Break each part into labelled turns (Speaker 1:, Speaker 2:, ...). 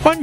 Speaker 1: 欢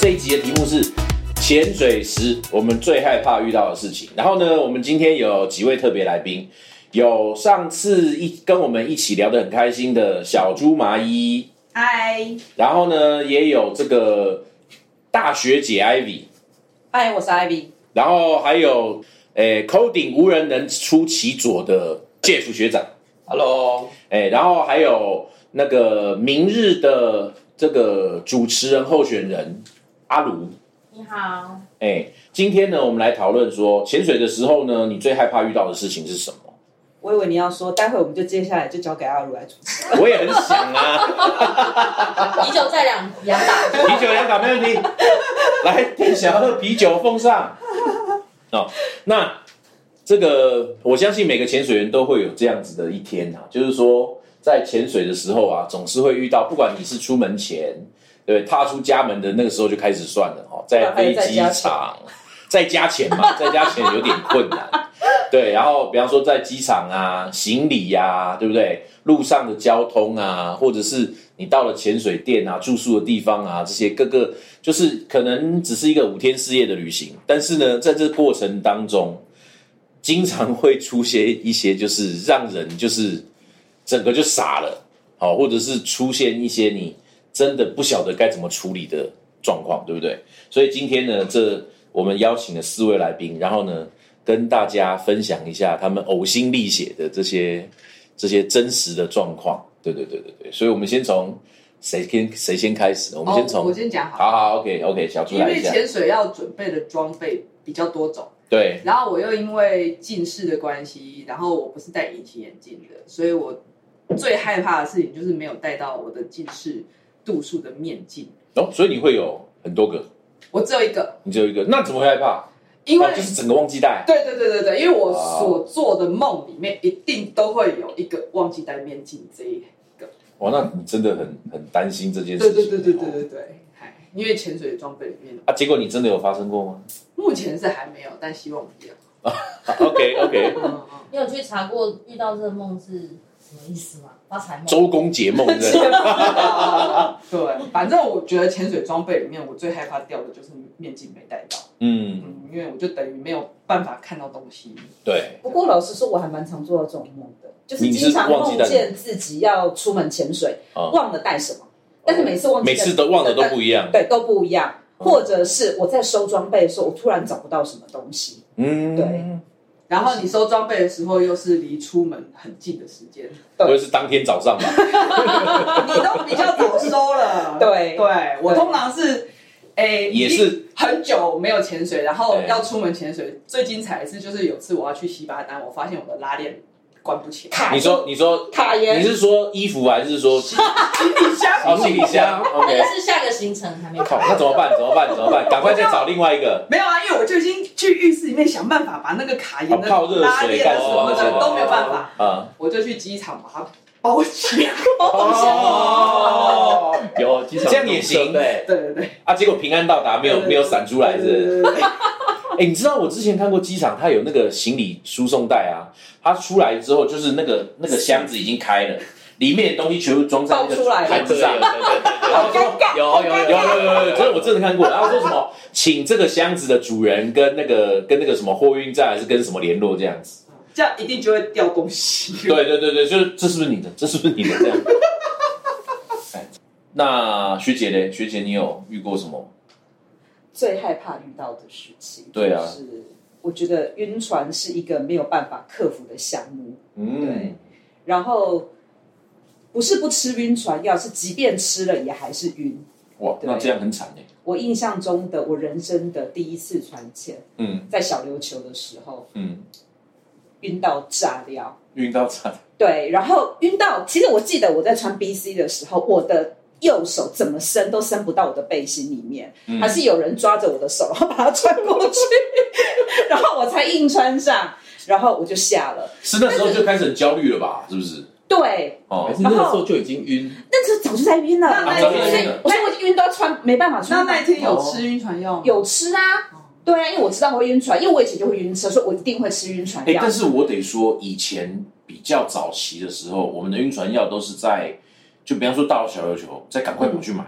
Speaker 1: 这一集的题目是潜水时我们最害怕遇到的事情。然后呢，我们今天有几位特别来宾，有上次一跟我们一起聊得很开心的小猪麻衣，
Speaker 2: 嗨，
Speaker 1: 然后呢也有这个大学姐 Ivy，
Speaker 2: 嗨，我是 Ivy。
Speaker 1: 然后还有诶头顶无人能出其左的 Jeff 学长，
Speaker 3: Hello，
Speaker 1: 诶，然后还有那个明日的这个主持人候选人阿卢。
Speaker 2: 你好，
Speaker 1: 哎，今天呢，我们来讨论说，潜水的时候呢，你最害怕遇到的事情是什么？
Speaker 2: 我以为你要说，待会我们就接下来就交给阿如来主持。
Speaker 1: 我也很想啊，
Speaker 4: 啤酒在两两打，
Speaker 1: 啤酒两打没问题，来，店小二啤酒奉上。哦，那这个我相信每个潜水员都会有这样子的一天啊，就是说在潜水的时候啊，总是会遇到，不管你是出门前，对，踏出家门的那个时候就开始算了哦，在飞机场，再加钱嘛，再加钱有点困难。对，然后比方说在机场啊、行李呀、对不对？路上的交通啊，或者是你到了潜水店啊、住宿的地方啊，这些各个就是可能只是一个五天四夜的旅行，但是呢，在这过程当中，经常会出现一些就是让人就是整个就傻了，好、或者是出现一些你真的不晓得该怎么处理的状况，对不对？所以今天呢，这我们邀请了四位来宾，然后呢，跟大家分享一下他们呕心沥血的这些这些真实的状况。对对对对对，所以我们先从谁先谁先开始？我们先从、
Speaker 3: 哦我先讲好，
Speaker 1: 好好，OK OK，小猪
Speaker 3: 因
Speaker 1: 来
Speaker 3: 为
Speaker 1: 一下。
Speaker 3: 潜水要准备的装备比较多种，
Speaker 1: 对，
Speaker 3: 然后我又因为近视的关系，然后我不是戴隐形眼镜的，所以我最害怕的事情就是没有戴到我的近视度数的面镜，
Speaker 1: 哦，所以你会有很多个，
Speaker 3: 我只有一个，
Speaker 1: 你只有一个，那怎么会害怕？
Speaker 3: 因为、
Speaker 1: 哦、就是哦整个忘记带。
Speaker 3: 对对对对对，因为我所做的梦里面一定都会有一个忘记戴面镜这一，
Speaker 1: 哇，那你真的很很担心这件
Speaker 3: 对
Speaker 1: 事情。
Speaker 3: 对对对对
Speaker 1: 哦。
Speaker 3: 对对，嗨，因为潜水的装备里面，
Speaker 1: 啊，结果你真的有发生过吗啊
Speaker 3: 目前是还没有，但希望不要。
Speaker 1: ？OK OK，
Speaker 3: 嗯嗯
Speaker 4: 你有去查过遇到这个梦是什么意思吗？发财梦？
Speaker 1: 周公解梦是不是
Speaker 3: 嗯 对，反正我觉得潜水装备里面，我最害怕掉的就是面镜没带到，
Speaker 1: 嗯，
Speaker 3: 嗯，因为我就等于没有办法看到东西。
Speaker 1: 对，
Speaker 5: 不过老实说，我还蛮常做到这种梦的，就是
Speaker 1: 你是
Speaker 5: 经常
Speaker 1: 忘记
Speaker 5: 梦
Speaker 1: 带
Speaker 5: 见自己要出门潜水，
Speaker 1: 啊
Speaker 5: 忘了带什么，但是每次忘记
Speaker 1: 每
Speaker 5: 带
Speaker 1: 次都忘的都不一样。
Speaker 5: 对都不一样，
Speaker 1: 嗯
Speaker 5: 或者是我在收装备的时候，我突然找不到什么东西，
Speaker 1: 嗯，
Speaker 5: 对，
Speaker 3: 然后你收装备的时候，又是离出门很近的时间，
Speaker 1: 不会是当天早上吧？
Speaker 3: 你都比较早收了。
Speaker 5: 对
Speaker 3: 对，我
Speaker 5: 对
Speaker 3: 通常是，诶，
Speaker 1: 也是
Speaker 3: 很久没有潜水，然后
Speaker 1: 对
Speaker 3: 要出门潜水。最精彩的是，就是有次我要去西巴丹，我发现我的拉链关不起来，
Speaker 5: 卡
Speaker 1: 你说你说
Speaker 5: 卡
Speaker 1: 你
Speaker 5: 耶，
Speaker 1: 是说衣服还是说
Speaker 3: 行李箱
Speaker 1: 哦行李箱
Speaker 4: 那
Speaker 1: ？OK，
Speaker 4: 个是下个行程还没
Speaker 1: 靠，那怎么办？怎么办？怎么办？赶快再找另外一个。
Speaker 3: 没有啊，因为我就已经去浴室里面想办法把那个卡
Speaker 1: 啊
Speaker 3: 沿的
Speaker 1: 泡热
Speaker 3: 拉
Speaker 1: 水
Speaker 3: 链
Speaker 1: 干
Speaker 3: 啊
Speaker 1: 什
Speaker 3: 什
Speaker 1: 么
Speaker 3: 么
Speaker 1: 的
Speaker 3: 的都没有办法。
Speaker 1: 啊？
Speaker 3: 我就去机场把它包起 来。
Speaker 1: 哦，
Speaker 6: 有机场
Speaker 1: 这样也行
Speaker 6: 对，
Speaker 3: 对对对，
Speaker 1: 啊，结果平安到达，没有没有闪出来是不是？
Speaker 3: 对对对对
Speaker 1: 哎、你知道我之前看过机场，它有那个行李输送带啊，它出来之后就是那个那个箱子已经开了，里面的东西全部装在那
Speaker 5: 爆出来
Speaker 1: 个
Speaker 5: 了
Speaker 1: 盘子
Speaker 6: 对
Speaker 1: 上。
Speaker 6: 对对，有有
Speaker 1: 有有有有，真的我真的看过。然后说什么，请这个箱子的主人跟那个跟那个什么货运站还是跟什么联络这样子。
Speaker 3: 这样一定就会掉东西。
Speaker 1: 对对对对，就是这是不是 你的？这是不是你的？这样。哎，那学姐嘞，学姐你有遇过什么？
Speaker 5: 最害怕遇到的事情，
Speaker 1: 对啊
Speaker 5: 就是我觉得晕船是一个没有办法克服的项目，对
Speaker 1: 嗯，
Speaker 5: 然后不是不吃晕船药，是即便吃了也还是晕。
Speaker 1: 哇，那
Speaker 5: 对
Speaker 1: 这样很惨哎。
Speaker 5: 我印象中的我人生的第一次船潜，
Speaker 1: 嗯
Speaker 5: 在小琉球的时候
Speaker 1: 嗯，
Speaker 5: 晕到炸掉，
Speaker 1: 晕到惨。
Speaker 5: 对，然后晕到，其实我记得我在穿 B C 的时候，我的右手怎么伸都伸不到我的背心里面，
Speaker 1: 嗯
Speaker 5: 还是有人抓着我的手，然后把它穿过去， 然后我才硬穿上，然后我就下了。
Speaker 1: 是那时候就开始很焦虑了吧？是不是？
Speaker 5: 对，
Speaker 1: 哦
Speaker 7: 还，是那个时候就已经晕，
Speaker 5: 那时候早就在晕了，
Speaker 3: 那
Speaker 1: 那一天
Speaker 5: 所以我说我已经晕到穿没办法
Speaker 3: 那
Speaker 5: 穿。
Speaker 3: 那一天有吃晕船药吗？
Speaker 5: 有吃啊，
Speaker 1: 哦
Speaker 5: 对啊，因为我知道我会晕船，因为我以前就会晕车，所以我一定会吃晕船
Speaker 1: 哎、
Speaker 5: 药。
Speaker 1: 但是我得说，以前比较早期的时候，我们的晕船药都是在，就比方说大陆小琉球，再赶快跑去买，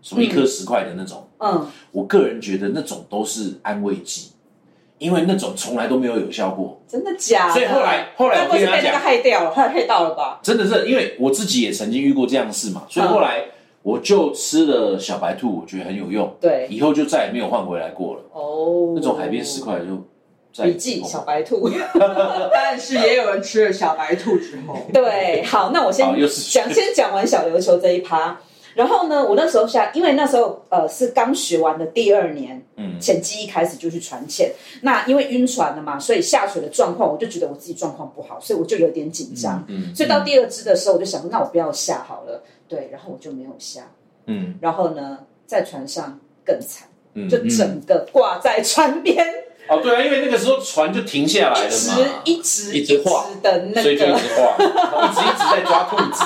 Speaker 1: 什么一颗十块的那种。
Speaker 5: 嗯，
Speaker 1: 我个人觉得那种都是安慰剂，因为那种从来都没有有效果。
Speaker 5: 真的假的？
Speaker 1: 所以后来后来
Speaker 5: 该
Speaker 1: 我
Speaker 5: 不会
Speaker 1: 跟
Speaker 5: 是
Speaker 1: 他
Speaker 5: 被那个
Speaker 1: 讲，
Speaker 5: 害掉了，害害到了吧？
Speaker 1: 真的是因为我自己也曾经遇过这样的事嘛，所以后来我就吃了小白兔，我觉得很有用，
Speaker 5: 对，
Speaker 1: 以后就再也没有换回来过了。
Speaker 5: 哦，
Speaker 1: 那种海边十块哦就再也
Speaker 5: 笔记
Speaker 1: 不碰
Speaker 5: 小白兔。
Speaker 3: 但是也有人吃了小白兔之后，
Speaker 5: 对，好，那我先
Speaker 1: 好又是
Speaker 5: 讲，先讲完小琉球这一趴。然后呢，我那时候下，因为那时候呃是刚学完的第二年，
Speaker 1: 嗯，
Speaker 5: 潜机一开始就去船潜。那因为晕船了嘛，所以下水的状况，我就觉得我自己状况不好，所以我就有点紧张。
Speaker 1: 嗯
Speaker 5: 所以到第二支的时候，我就想说，那我不要下好了。对，然后我就没有下。
Speaker 1: 嗯
Speaker 5: 然后呢，在船上更惨，
Speaker 1: 嗯
Speaker 5: 就整个挂在船边，
Speaker 1: 哦，对啊，因为那个时候船就停下来
Speaker 5: 一
Speaker 1: 了
Speaker 5: 直
Speaker 1: 嘛，
Speaker 5: 一直
Speaker 7: 一直晃
Speaker 5: 的那
Speaker 1: 所以就一
Speaker 5: 个，
Speaker 1: 直晃，一直一直在抓兔 子。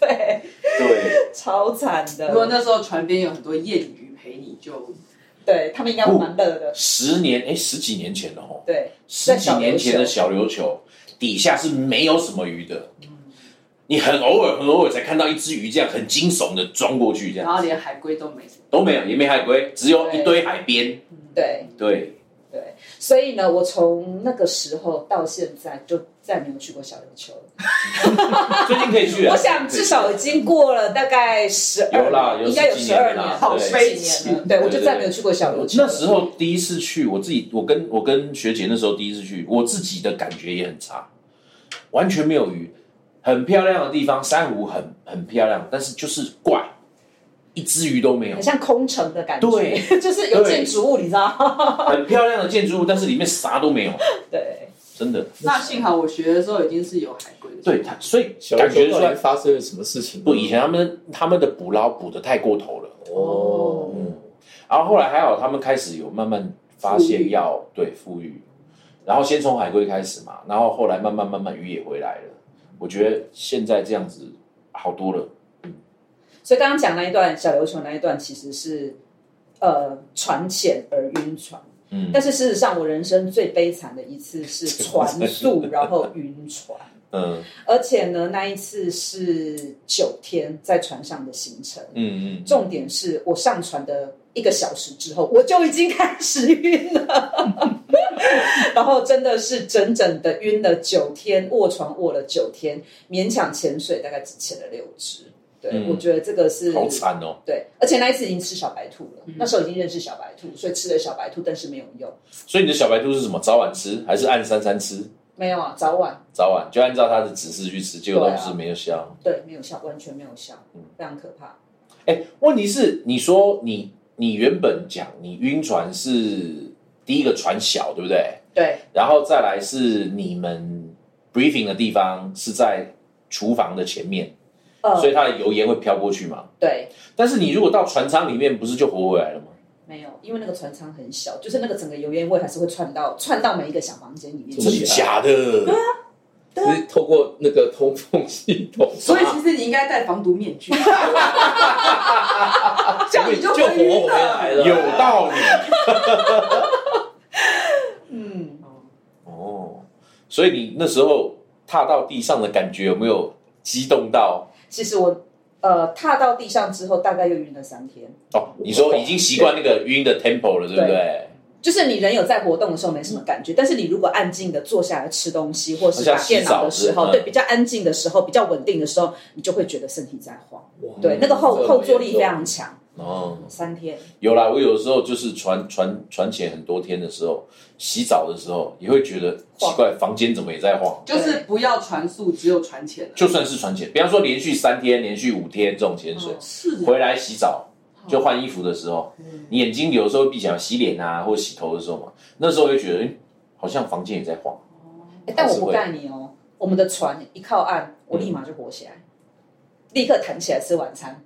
Speaker 5: 对，
Speaker 1: 对，
Speaker 5: 超惨的
Speaker 3: 如。果那时候船边有很多谚语陪你就，
Speaker 5: 对他们应该会蛮乐的。
Speaker 1: 十年哎，十几年前了哦，
Speaker 5: 对，
Speaker 1: 十几年前的小琉球底下是没有什么鱼的，你很偶尔很偶尔才看到一只鱼这样很惊悚的装过去，这
Speaker 3: 然
Speaker 1: 样
Speaker 3: 后连海龟都没什么。
Speaker 1: 都没有，也没海龟，只有
Speaker 5: 对
Speaker 1: 一堆海边。
Speaker 5: 对，
Speaker 1: 对，
Speaker 5: 所以呢，我从那个时候到现在就再没有去过小琉球了。
Speaker 1: 最近可以去啊。
Speaker 5: 我想至少已经过了大概十二，
Speaker 1: 有啦有
Speaker 5: 应该有
Speaker 1: 十
Speaker 5: 十
Speaker 1: 几年
Speaker 5: 二
Speaker 1: 了啦
Speaker 5: 年，
Speaker 1: 好
Speaker 3: 悲
Speaker 5: 十
Speaker 3: 情
Speaker 5: 几年了。对，我就
Speaker 1: 对
Speaker 5: 再没有去过小琉球。
Speaker 1: 那时候第一次去，我自己，我跟我跟学姐那时候第一次去，我自己的感觉也很差，完全没有鱼，很漂亮的地方，珊瑚很很漂亮，但是就是怪，一只鱼都没有
Speaker 5: 很，像空城的感觉，
Speaker 1: 对，
Speaker 5: 就是有建筑物，你知道吗？
Speaker 1: 很漂亮的建筑物，但是里面啥都没有，
Speaker 5: 对，
Speaker 1: 真的，
Speaker 3: 那幸好我学的时候已经是有海龟的，
Speaker 1: 对，它所以
Speaker 7: 小
Speaker 1: 感
Speaker 7: 琉
Speaker 1: 觉出
Speaker 7: 球到
Speaker 1: 来
Speaker 7: 底发生了什么事情？
Speaker 1: 不，以前他们他们的捕捞捕的太过头了，嗯
Speaker 7: 哦，
Speaker 1: 然后后来还好，他们开始有慢慢发
Speaker 3: 富
Speaker 1: 现
Speaker 3: 裕
Speaker 1: 要对富裕，然后先从海龟开始嘛，然后后来慢慢慢慢鱼也回来了。我觉得现在这样子好多了，
Speaker 5: 所以刚刚讲那一段小琉球那一段，其实是呃船浅而晕船，
Speaker 1: 嗯
Speaker 5: 但是事实上我人生最悲惨的一次是船速，然后晕船。
Speaker 1: 嗯
Speaker 5: 而且呢，那一次是九天在船上的行程，
Speaker 1: 嗯嗯，
Speaker 5: 重点是我上船的一个小时之后，我就已经开始晕了， 然后真的是整整的晕了九天，卧床卧了九天，勉强潜水大概只潜了六只。对，
Speaker 1: 嗯
Speaker 5: 我觉得这个是
Speaker 1: 好惨哦，
Speaker 5: 对，而且那一次已经吃小白兔了，那时候已经认识小白兔，所以吃了小白兔，但是没有用，
Speaker 1: 所以你的小白兔是什么？早晚吃还是按三三吃？
Speaker 5: 没有啊，早晚
Speaker 1: 早晚就按照它的指示去吃，结果
Speaker 5: 对
Speaker 1: 都
Speaker 5: 啊
Speaker 1: 是没有效。
Speaker 5: 对没有效，完全没有效，
Speaker 1: 嗯
Speaker 5: 非常可怕。
Speaker 1: 哎、问题是你说你你原本讲你晕船是第一个船小，对不对？
Speaker 5: 对，
Speaker 1: 然后再来是你们 briefing 的地方是在厨房的前面，
Speaker 5: 呃
Speaker 1: 所，以它的油烟会飘过去嘛。
Speaker 5: 对，
Speaker 1: 但是你如果到船舱里面，不是就活回来了吗？
Speaker 5: 没有，因为那个船舱很小，就是那个整个油烟味还是会窜到窜到每一个小房间里面
Speaker 7: 这么
Speaker 5: 去。
Speaker 7: 厉害
Speaker 1: 假的？
Speaker 7: 只是透过那个通风系统，
Speaker 3: 所以其实你应该戴防毒面具，这样你就
Speaker 7: 就
Speaker 3: 不会
Speaker 7: 活
Speaker 3: 晕
Speaker 7: 回来
Speaker 3: 了。
Speaker 7: 了，
Speaker 1: 有道理
Speaker 5: 嗯，
Speaker 1: 哦。所以你那时候踏到地上的感觉有没有激动到？
Speaker 5: 其实我呃踏到地上之后，大概又晕了三天。
Speaker 1: 哦，你说已经习惯那个晕的 tempo 了，对不对？
Speaker 5: 就是你人有在活动的时候没什么感觉，但是你如果安静的坐下来吃东西，或是
Speaker 1: 像
Speaker 5: 打
Speaker 1: 洗
Speaker 5: 电脑的
Speaker 1: 澡之
Speaker 5: 时候，
Speaker 1: 类的
Speaker 5: 对比较安静的时候，比较稳定的时候，你就会觉得身体在晃。
Speaker 7: 哇
Speaker 5: 对，那个后
Speaker 7: 这么
Speaker 5: 后坐力
Speaker 7: 严重
Speaker 5: 非常强。
Speaker 1: 哦，
Speaker 5: 三天，
Speaker 1: 有啦，我有时候就是船船船前很多天的时候，洗澡的时候也会觉得奇怪，房间怎么也在晃。
Speaker 3: 就是不要传速，只有传钱了。啊
Speaker 1: 就算是船潜，比方说连续三天、连续五天这种潜
Speaker 5: 哦
Speaker 1: 水，
Speaker 3: 是
Speaker 1: 回来洗澡就换衣服的时候，
Speaker 5: 嗯
Speaker 1: 你眼睛有时候闭起来洗脸啊，或洗头的时候嘛，那时候会觉得，诶好像房间也在晃。
Speaker 5: 诶但我
Speaker 1: 还是
Speaker 5: 不
Speaker 1: 会
Speaker 5: 盖你哦，我们的船一靠岸，我立马就活起来，立刻弹起来吃晚餐，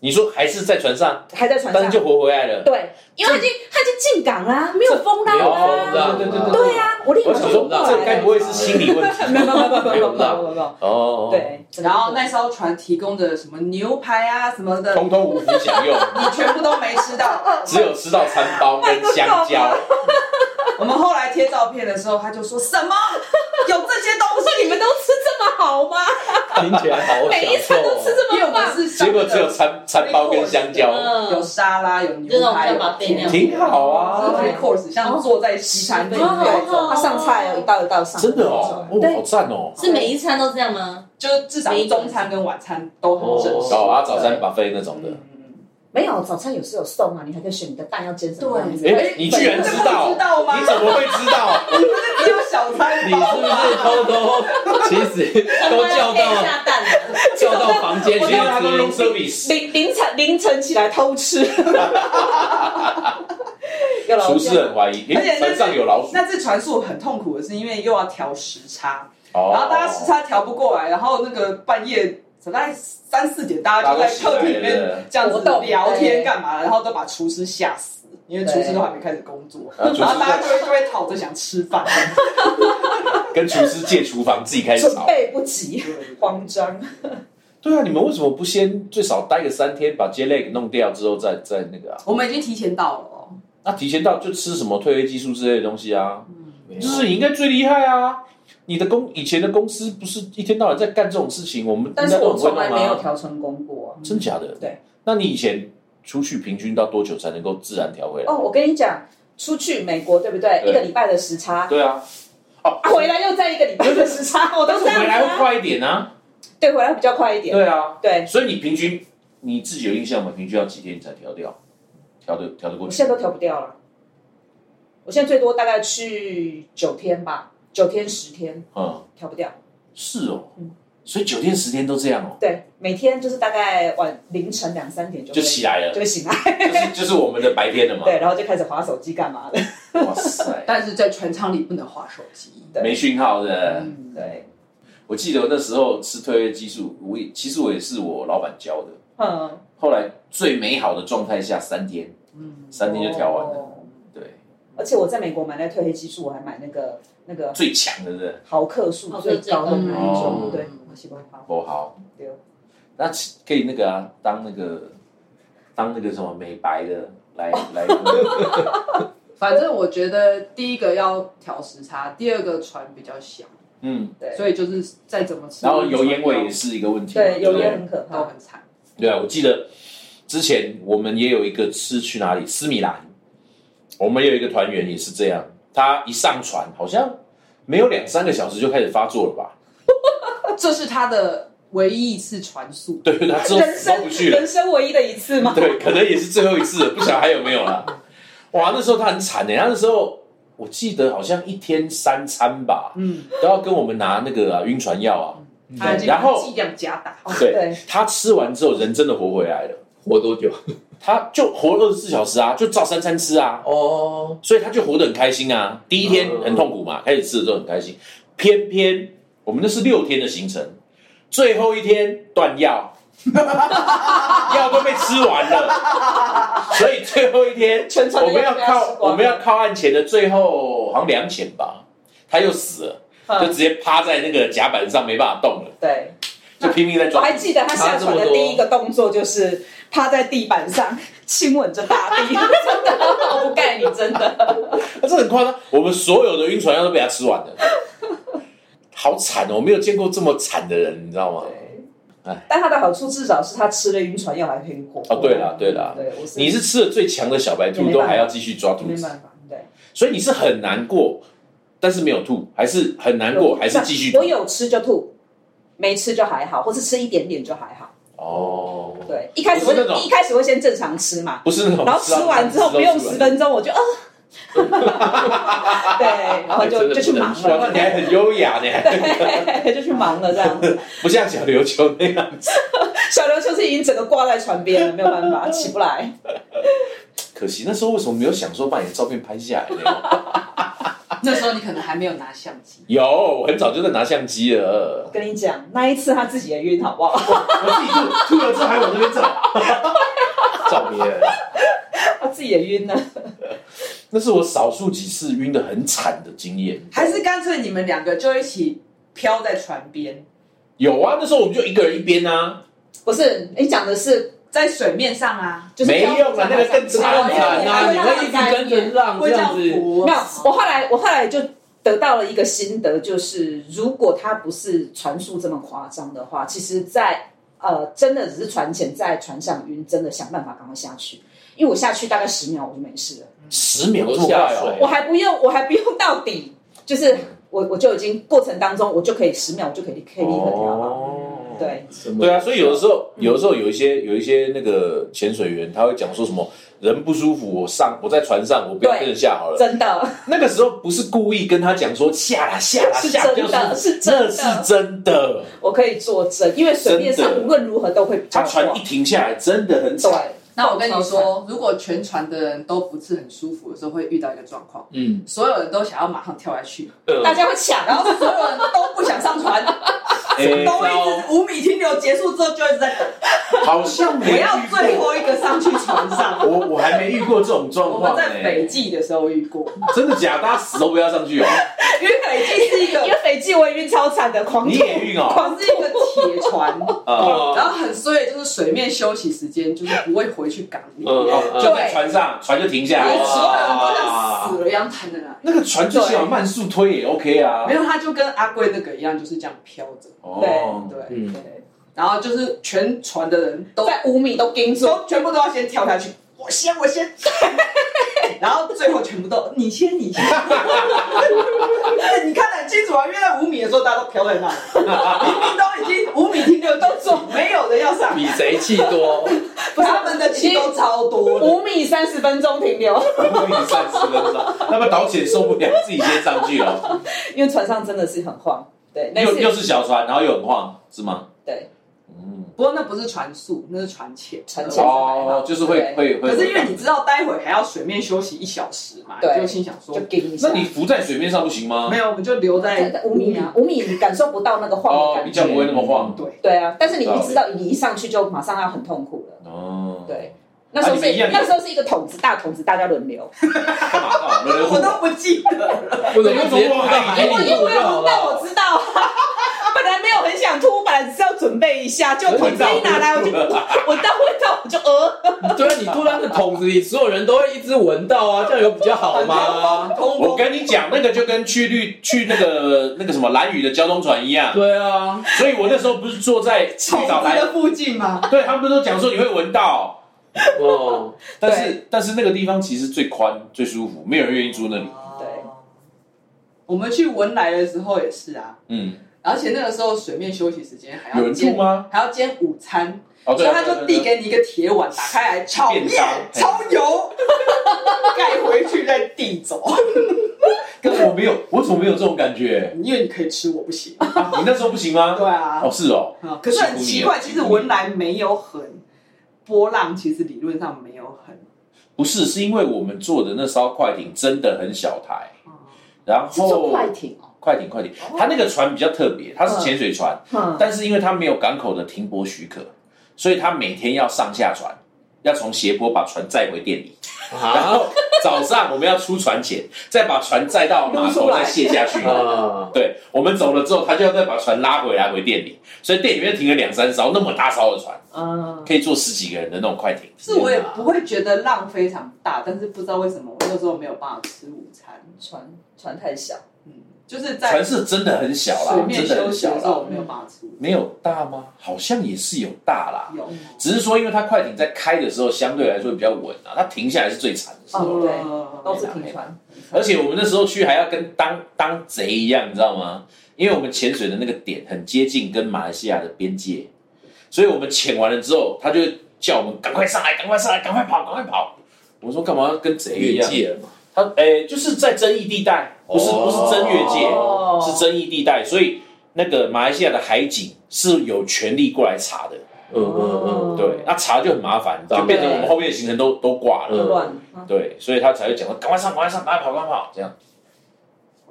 Speaker 1: 你说还是在船上，
Speaker 5: 还在船
Speaker 1: 但
Speaker 5: 上
Speaker 1: 是就活回来了。
Speaker 5: 对，因为他已经他已经进港啦，没有风浪
Speaker 7: 有
Speaker 5: 啦，
Speaker 1: 对对对
Speaker 5: 对啊，我立
Speaker 1: 我
Speaker 5: 马
Speaker 1: 想
Speaker 5: 就
Speaker 1: 说，
Speaker 5: 过来
Speaker 1: 这该
Speaker 5: 了。
Speaker 1: 不会是心理问题？
Speaker 5: 没有没有没有没有没有没有，
Speaker 1: 哦，，
Speaker 5: 对，
Speaker 3: 然后那艘船提供的什么牛排啊什么的，
Speaker 1: 通通无福享用，
Speaker 3: 你全部都没吃到。
Speaker 1: 只有吃到餐包跟香蕉。
Speaker 3: 我们后来贴照片的时候，他就说什么有这些东西，
Speaker 5: 你们都吃这么好吗？
Speaker 7: 听起来好
Speaker 5: 每一
Speaker 7: 享
Speaker 5: 餐
Speaker 7: 受
Speaker 5: 都吃
Speaker 7: 哦。
Speaker 5: 这
Speaker 3: 因为
Speaker 5: 么
Speaker 3: 我们
Speaker 5: 棒，
Speaker 3: 是
Speaker 1: 结果只有餐餐包跟香蕉，
Speaker 3: 有
Speaker 4: 嗯，
Speaker 3: 沙拉，有
Speaker 4: 这
Speaker 3: 牛
Speaker 4: 种
Speaker 3: 排，
Speaker 4: 干
Speaker 3: 有
Speaker 4: 嘛备料？
Speaker 1: 挺好
Speaker 3: 是
Speaker 1: 啊，
Speaker 3: free course，像坐在西餐厅
Speaker 5: 对
Speaker 4: 哦
Speaker 3: 那种，
Speaker 5: 他上菜哦，一道一道上，
Speaker 1: 真的哦，哦，
Speaker 5: 对
Speaker 1: 好赞哦。
Speaker 4: 是每一餐都这样吗？
Speaker 3: 就至少中餐跟晚餐都很正式。
Speaker 1: 早啊，早餐 buffet 那种的，
Speaker 5: 没有早餐有时有送啊，你还可以选你的蛋要煎什么样子。
Speaker 1: 哎，你居然知道？
Speaker 3: 你知道吗
Speaker 1: 你？ 怎么会知 道？
Speaker 3: 就是只有小餐
Speaker 7: 你是
Speaker 3: 包
Speaker 7: 不是偷偷？其实都
Speaker 4: 他
Speaker 7: 叫
Speaker 4: 妈
Speaker 7: 到
Speaker 4: 的下蛋了，
Speaker 7: 叫到房间
Speaker 1: 其
Speaker 7: 里
Speaker 1: 实他都 room
Speaker 7: 面吃。
Speaker 1: service，
Speaker 5: 凌凌晨凌晨起来 偷吃，有了
Speaker 1: 厨师很怀疑，
Speaker 3: 而且
Speaker 1: 诶
Speaker 3: 那
Speaker 1: 船上有老鼠。
Speaker 3: 那次传速很痛苦的是，因为又要调时差，
Speaker 1: 哦
Speaker 3: 然后大家时差调不过来，然后那个半夜大概三四点，大家就在客厅里面这样子聊天干嘛，然后都把厨师吓死，因为厨师都还没开始工作，
Speaker 1: 然后啊厨
Speaker 3: 然后
Speaker 1: 师
Speaker 3: 大家就会就会讨着想吃饭。
Speaker 1: 跟厨师借厨房自己开始
Speaker 5: 准
Speaker 1: 炒。
Speaker 5: 备不及，慌张。
Speaker 1: 对啊，你们为什么不先最少待个三天，把 jet lag 弄掉之后再再那个啊？
Speaker 3: 我们已经提前到了哦，
Speaker 1: 那提前到就吃什么褪黑激素之类的东西啊？
Speaker 7: 没
Speaker 1: 就
Speaker 7: 有
Speaker 1: 是你应该最厉害啊！你的公以前的公司不是一天到晚在干这种事情，我们
Speaker 5: 但是
Speaker 1: 应该都
Speaker 5: 我
Speaker 1: 很会
Speaker 5: 从来没有
Speaker 1: 弄啊，
Speaker 5: 调成功过、啊。
Speaker 1: 真假的？
Speaker 5: 对。
Speaker 1: 那你以前出去平均到多久才能够自然调回来？
Speaker 5: 哦，我跟你讲，出去美国对不对？
Speaker 1: 对
Speaker 5: 一个礼拜的时差，
Speaker 1: 对啊，
Speaker 5: 啊，回来又在一个礼拜的时差，我
Speaker 1: 但是
Speaker 5: 都这样
Speaker 1: 回
Speaker 5: 子
Speaker 1: 来会
Speaker 5: 啊。
Speaker 1: 快一点啊。
Speaker 5: 对，回来比较快一点。
Speaker 1: 对啊，
Speaker 5: 对，
Speaker 1: 所以你平均你自己有印象吗？平均要几天才调掉？调得调得过
Speaker 5: 我
Speaker 1: 去
Speaker 5: 现？在都调不掉了。我现在最多大概去九天吧，九天十天
Speaker 1: 嗯，
Speaker 5: 调不掉。
Speaker 1: 是哦，
Speaker 5: 嗯
Speaker 1: 所以九天十天都这样哦，
Speaker 5: 对，每天就是大概晚凌晨两三点就
Speaker 1: 就
Speaker 5: 会
Speaker 1: 起来了
Speaker 5: 就，会 醒来，
Speaker 1: 就是就是我们的白天了嘛。
Speaker 5: 对，然后就开始划手机干嘛的。
Speaker 1: 哇塞，
Speaker 3: 但是在船舱里不能划手机。
Speaker 5: 对
Speaker 1: 没讯号的。
Speaker 5: 对，
Speaker 1: 我记得我那时候吃褪黑激素，我也其实我也是我老板教的。
Speaker 5: 嗯，
Speaker 1: 后来最美好的状态下三天，三天就调完了。
Speaker 5: 哦
Speaker 1: 对，
Speaker 5: 而且我在美国买那褪黑激素，我还买那个那个
Speaker 1: 最强的是
Speaker 5: 毫克数
Speaker 4: 毫克
Speaker 5: 最高的
Speaker 4: 最
Speaker 5: 那
Speaker 4: 高
Speaker 5: 一
Speaker 1: 哦
Speaker 5: 种，对，我喜欢它。
Speaker 1: 不好
Speaker 5: 对。
Speaker 1: 那其可以那个啊，当那个当那个什么美白的来 来。
Speaker 3: 反正我觉得第一个要调时差，第二个船比较小，
Speaker 1: 嗯，
Speaker 5: 对
Speaker 3: 所以就是再怎么吃，
Speaker 1: 然后油烟味也是一个问题嘛，
Speaker 5: 对，
Speaker 1: 不
Speaker 5: 油烟很可
Speaker 3: 都
Speaker 5: 怕。
Speaker 3: 很惨。
Speaker 1: 对啊，我记得之前我们也有一个是去哪里，斯米兰，我们有一个团员也是这样，他一上船好像没有两三个小时就开始发作了吧？
Speaker 3: 这是他的唯一一次船速，
Speaker 1: 对，他之后
Speaker 5: 人
Speaker 1: 死都
Speaker 5: 生
Speaker 1: 不去了，
Speaker 5: 人生唯一的一次吗？
Speaker 1: 对，可能也是最后一次了，不晓得还有没有啦。哇，那时候他很惨哎、他那时候我记得好像一天三餐吧，
Speaker 3: 嗯，
Speaker 1: 都要跟我们拿那个啊晕船药啊，
Speaker 3: 他已经
Speaker 1: 然后
Speaker 3: 剂量加大，
Speaker 1: 对
Speaker 5: 对
Speaker 1: 他吃完之后人真的活回来了，
Speaker 7: 活多久？
Speaker 1: 他就活二十四小时啊，就照三餐吃啊，
Speaker 7: 哦，
Speaker 1: 所以他就活得很开心啊。第一天
Speaker 7: 嗯
Speaker 1: 很痛苦嘛，开始吃的时候很开心，偏偏我们那是六天的行程，最后一天断药， 药都被吃完了，所以最后一天
Speaker 5: 全船
Speaker 1: 我
Speaker 5: 的
Speaker 1: 们要
Speaker 5: 药都被他吃
Speaker 1: 靠
Speaker 5: 光了
Speaker 1: 我们要靠岸前的最后好像两潜吧，他又死了，就直
Speaker 5: 嗯，
Speaker 1: 接趴在那个甲板上没办法动了，
Speaker 5: 对，
Speaker 1: 就拼命在
Speaker 5: 嗯我
Speaker 1: 抓。
Speaker 5: 还记得他下船的第一个动作就是趴在地板上 亲吻着大 地，真的，我不盖你，真的。
Speaker 1: 啊，这很夸张，我们所有的晕船药都被他吃完了，好惨哦！我没有见过这么惨的人，你知道吗？
Speaker 5: 但它的好处至少是他吃了晕船药还可以活。
Speaker 1: 哦，对啦，对啦，
Speaker 5: 对，我是
Speaker 1: 你是吃了最强的小白兔，
Speaker 5: 也没
Speaker 1: 都
Speaker 5: 办法
Speaker 1: 还要继续抓兔
Speaker 5: 没
Speaker 1: 子，
Speaker 5: 办法，对，
Speaker 1: 所以你是很难过，但是没有吐，还是很难过，还是继续
Speaker 5: 我有吃就吐，没吃就还好，或是吃一点点就还好。
Speaker 1: 哦，，
Speaker 5: 对，一开始
Speaker 1: 不
Speaker 5: 会
Speaker 1: 是那种
Speaker 5: 一开始会先正常吃嘛，
Speaker 1: 不是那种
Speaker 5: 然后吃完之后不用十，分钟，我就 啊，对，然后
Speaker 7: 真
Speaker 5: 就
Speaker 7: 的
Speaker 5: 就去
Speaker 7: 不能
Speaker 5: 忙
Speaker 1: 吃完哇，那
Speaker 5: 了，
Speaker 1: 你还很优雅呢，
Speaker 5: 对， 就去忙了这样子。
Speaker 1: 不像小琉球那样。
Speaker 5: 小刘就是已经整个挂在船边了，没有办 法起不来。
Speaker 1: 可惜那时候为什么没有想说把你的照片拍下来呢？
Speaker 3: 这时候你可能还没有拿相机，
Speaker 1: 有，我很早就在拿相机了
Speaker 5: 我。跟你讲，那一次他自己也晕，好不好？
Speaker 1: 我自己吐吐了之后还往那边照，照别人。
Speaker 5: 他自己也晕了。
Speaker 1: 那是我少数几次晕的很惨的经验。
Speaker 3: 还是干脆你们两个就一起飘在船边，
Speaker 1: 有啊，那时候我们就一个人一边啊，
Speaker 5: 不是，你讲的是
Speaker 3: 在水面上啊，
Speaker 5: 就是
Speaker 1: 没用啊，那个更惨啊，
Speaker 4: 没
Speaker 1: 你
Speaker 4: 有
Speaker 1: 会一直跟着浪
Speaker 3: 会
Speaker 1: 这
Speaker 3: 这
Speaker 1: 样
Speaker 3: 样
Speaker 1: 子。
Speaker 3: 浮
Speaker 5: 没有，我后来我后来就得到了一个心得，就是如果它不是船速这么夸张的话，其实在呃真的只是船前在船上晕，真的想办法赶快下去。因为我下去大概十秒我就没事了，
Speaker 1: 十秒这么快
Speaker 7: 下水
Speaker 1: 哦，
Speaker 5: 我还不用我还不用到底，就是我我就已经过程当中我就可以十秒我就可以可以立刻跳了。
Speaker 1: 哦，
Speaker 5: 对，
Speaker 7: 什么
Speaker 1: 对啊，所以有的时候，有的时候有一些有一些那个潜水员，他会讲说什么人不舒服，我上我在船上，我不要
Speaker 5: 对
Speaker 1: 跟着下好了。
Speaker 5: 真的，
Speaker 1: 那个时候不是故意跟他讲说下啦下啦
Speaker 5: 是
Speaker 1: 下，
Speaker 5: 真的是真
Speaker 1: 这
Speaker 5: 的
Speaker 1: 是真的。
Speaker 5: 我可以作证，因为水面
Speaker 1: 真
Speaker 5: 上
Speaker 1: 的
Speaker 5: 无论如何都会比较
Speaker 1: 他船
Speaker 5: 晃
Speaker 1: 一停下来，真的很
Speaker 5: 对
Speaker 1: 惨。，
Speaker 3: 那我跟你说，如果全船的人都不是很舒服的时候，会遇到一个状况，
Speaker 7: 嗯，
Speaker 3: 所有人都想要马上跳下去，
Speaker 5: 大家会抢，然
Speaker 3: 然
Speaker 5: 后
Speaker 3: 后所有人都不想上船，
Speaker 1: 哎
Speaker 3: 都一直五米停留，结束之后就一直在等，
Speaker 1: 好像
Speaker 3: 我
Speaker 1: 没
Speaker 3: 要
Speaker 1: 遇
Speaker 3: 最
Speaker 1: 过
Speaker 3: 后一个上去船上。
Speaker 1: 我我还没遇过这种状
Speaker 3: 我
Speaker 1: 况、欸。
Speaker 3: 们在斐济的时候遇过，
Speaker 1: 真的假的？大家死都不要上 去哦！
Speaker 3: 因为斐济是一个
Speaker 5: 因为斐济我也晕超惨的，狂
Speaker 1: 你
Speaker 5: 吐。
Speaker 1: 也晕哦？
Speaker 3: 它是一个铁 船，
Speaker 7: 呃
Speaker 1: 啊、
Speaker 7: 哦
Speaker 3: 然后很衰的就是水面休息时间就是不会回去港里，
Speaker 7: 嗯
Speaker 3: 所
Speaker 1: 哦就在船上，船就停下来。
Speaker 3: 有人都像
Speaker 1: 哇
Speaker 3: 死了一样瘫在那。
Speaker 1: 那个船最起码慢速推也 OK 啊
Speaker 3: 没。有，他就跟阿贵那个一样，就是这样飘着。
Speaker 1: 哦，
Speaker 3: 对，
Speaker 7: 嗯，
Speaker 3: 然后就是全船的人都
Speaker 5: 在五米都盯住，
Speaker 3: 都全部都要先跳下去，我先，我 先，然后最后全部都你先，你先。 你看得很清楚啊，因为在五米的时候大家都飘在那里，明明都已经五米停留都走，没有人要上，
Speaker 7: 比谁气多？
Speaker 3: 他们的气都超多的。
Speaker 5: 五米三十分钟停留，
Speaker 1: 五米三十分钟， 那么导潜受不了，自己先上去了。
Speaker 5: 因为船上真的是很晃。对，那
Speaker 1: 又哦又
Speaker 5: 次
Speaker 1: 是小船，然后又很晃，是吗？
Speaker 5: 对，
Speaker 1: 嗯，
Speaker 3: 不过那不是船速，那是船潜，
Speaker 5: 船潜
Speaker 1: 哦，就是会会会。
Speaker 3: 可是因为你知道，待会还要水面休息一小时嘛，
Speaker 5: 对
Speaker 3: 你就心想说
Speaker 5: 就，盯一下。
Speaker 1: 那你浮在水面上不行吗？
Speaker 3: 没有，我们就留在
Speaker 5: 在五米啊，五米你感受不到那个晃
Speaker 1: 哦
Speaker 5: 的，
Speaker 1: 比较
Speaker 5: 感觉。
Speaker 1: 哦不会那么晃。
Speaker 3: 对，
Speaker 5: 对啊，但是你一知道，你一上去就马上要很痛苦了。
Speaker 1: 哦，
Speaker 5: 对，那时候
Speaker 1: 啊你们
Speaker 5: 是
Speaker 1: 一样
Speaker 5: 那时候是一个桶子，大桶子，大家轮流。
Speaker 1: 干嘛干嘛？轮流
Speaker 3: 我都不记得了。
Speaker 7: 不能直接吐到海
Speaker 5: 因为
Speaker 7: 里
Speaker 5: 因为我有录
Speaker 7: 好不
Speaker 5: 到，
Speaker 7: 好
Speaker 5: 我知道。啊 本来没有很想吐，本来只是要准备一下，
Speaker 1: 哎
Speaker 5: 就桶子一拿来，我就我到味道我就呃，
Speaker 7: 对啊，你吐到那个桶子里，所有人都会一直闻到啊，这样有比较好 吗？
Speaker 1: 我跟你讲，那个就跟去绿去那个那个什么蓝屿的交通船一样，
Speaker 7: 对啊，
Speaker 1: 所以我那时候不是坐在绿
Speaker 3: 虫
Speaker 1: 岛
Speaker 3: 子
Speaker 1: 来，
Speaker 3: 的附近吗？
Speaker 1: 对他们不是都讲说你会闻到，
Speaker 7: 哦，
Speaker 1: 但是但是那个地方其实最宽最舒服，没有人愿意住那里。
Speaker 5: 对，
Speaker 3: 我们去文莱的时候也是啊，
Speaker 1: 嗯，
Speaker 3: 而且那个时候水面休息时间还
Speaker 1: 有
Speaker 3: 要
Speaker 1: 人住
Speaker 3: 煎，
Speaker 1: 吗？
Speaker 3: 还要煎午餐，
Speaker 1: 哦，
Speaker 3: 所
Speaker 1: 对
Speaker 3: 以
Speaker 1: 啊，
Speaker 3: 他就
Speaker 1: 对啊对
Speaker 3: 递
Speaker 1: 啊
Speaker 3: 给你一个铁碗，打开来炒面
Speaker 1: 便当嘿
Speaker 3: 超油， 盖回去再递走，
Speaker 1: 对啊跟我没有，我怎么没有这种感觉？
Speaker 3: 因为你可以吃，我不行。
Speaker 1: 啊你那时候不行吗？
Speaker 3: 对啊，
Speaker 1: 哦，是哦，
Speaker 3: 啊可是很奇怪，
Speaker 1: 辛苦
Speaker 3: 其
Speaker 1: 你了
Speaker 3: 实文莱没有很波浪，其实理论上没有很
Speaker 1: 不是，是因为我们坐的那艘快艇真的很小台，然
Speaker 5: 是坐
Speaker 1: 后
Speaker 5: 快艇哦，
Speaker 1: 快艇快艇，它那个船比较特别，它是潜水船。
Speaker 5: 嗯，
Speaker 1: 但是因为他没有港口的停泊许可，所以他每天要上下船，要从斜坡把船载回店里，然
Speaker 7: 啊
Speaker 1: 后早上我们要出船前，再把船载到 码头再卸下去。
Speaker 7: 啊，
Speaker 1: 对我们走了之后，他就要再把船拉回来回店里，所以店里面停了两三艘那么大艘的船，
Speaker 5: 嗯，
Speaker 1: 可以坐十几个人的那种快艇。
Speaker 3: 是我也不会觉得浪非常大，但是不知道为什么我那时候没有办法吃午餐，
Speaker 5: 船船太小，
Speaker 3: 嗯，就是在
Speaker 1: 船是真的很小
Speaker 3: 水
Speaker 1: 啦，
Speaker 3: 面
Speaker 1: 真的
Speaker 3: 休
Speaker 1: 很
Speaker 3: 息
Speaker 1: 小
Speaker 3: 的时候
Speaker 1: 啦，
Speaker 3: 我没有办法吃午
Speaker 1: 没有大吗？好像也是有大啦
Speaker 3: 餐，，有
Speaker 1: 只是说因为它快艇在开的时候相对来说比较稳啊，它停下来是最惨的时候。
Speaker 5: 哦对
Speaker 3: 呃
Speaker 5: 都是停船，
Speaker 1: 而且我们那时候去还要跟当当贼一样，你知道吗？因为我们潜水的那个点很接近跟马来西亚的边界，所以我们潜完了之后，他就叫我们赶快上来，赶快上来，赶快跑，赶快跑。我说干嘛要跟贼一
Speaker 7: 越
Speaker 1: 样？
Speaker 7: 界了嘛，
Speaker 1: 他诶、就是在争议地带，不是、
Speaker 7: 哦
Speaker 1: 不是真越界，
Speaker 5: 哦
Speaker 1: 是争议地带，所以那个马来西亚的海警是有权利过来查的。
Speaker 7: 嗯嗯
Speaker 5: 哦
Speaker 1: 对，那查就很麻烦，就变成我们后面的行程都都挂了。
Speaker 7: 嗯
Speaker 5: 乱，嗯
Speaker 1: 对，所以他才会讲说赶快上，赶快上，赶快跑，赶快跑这样。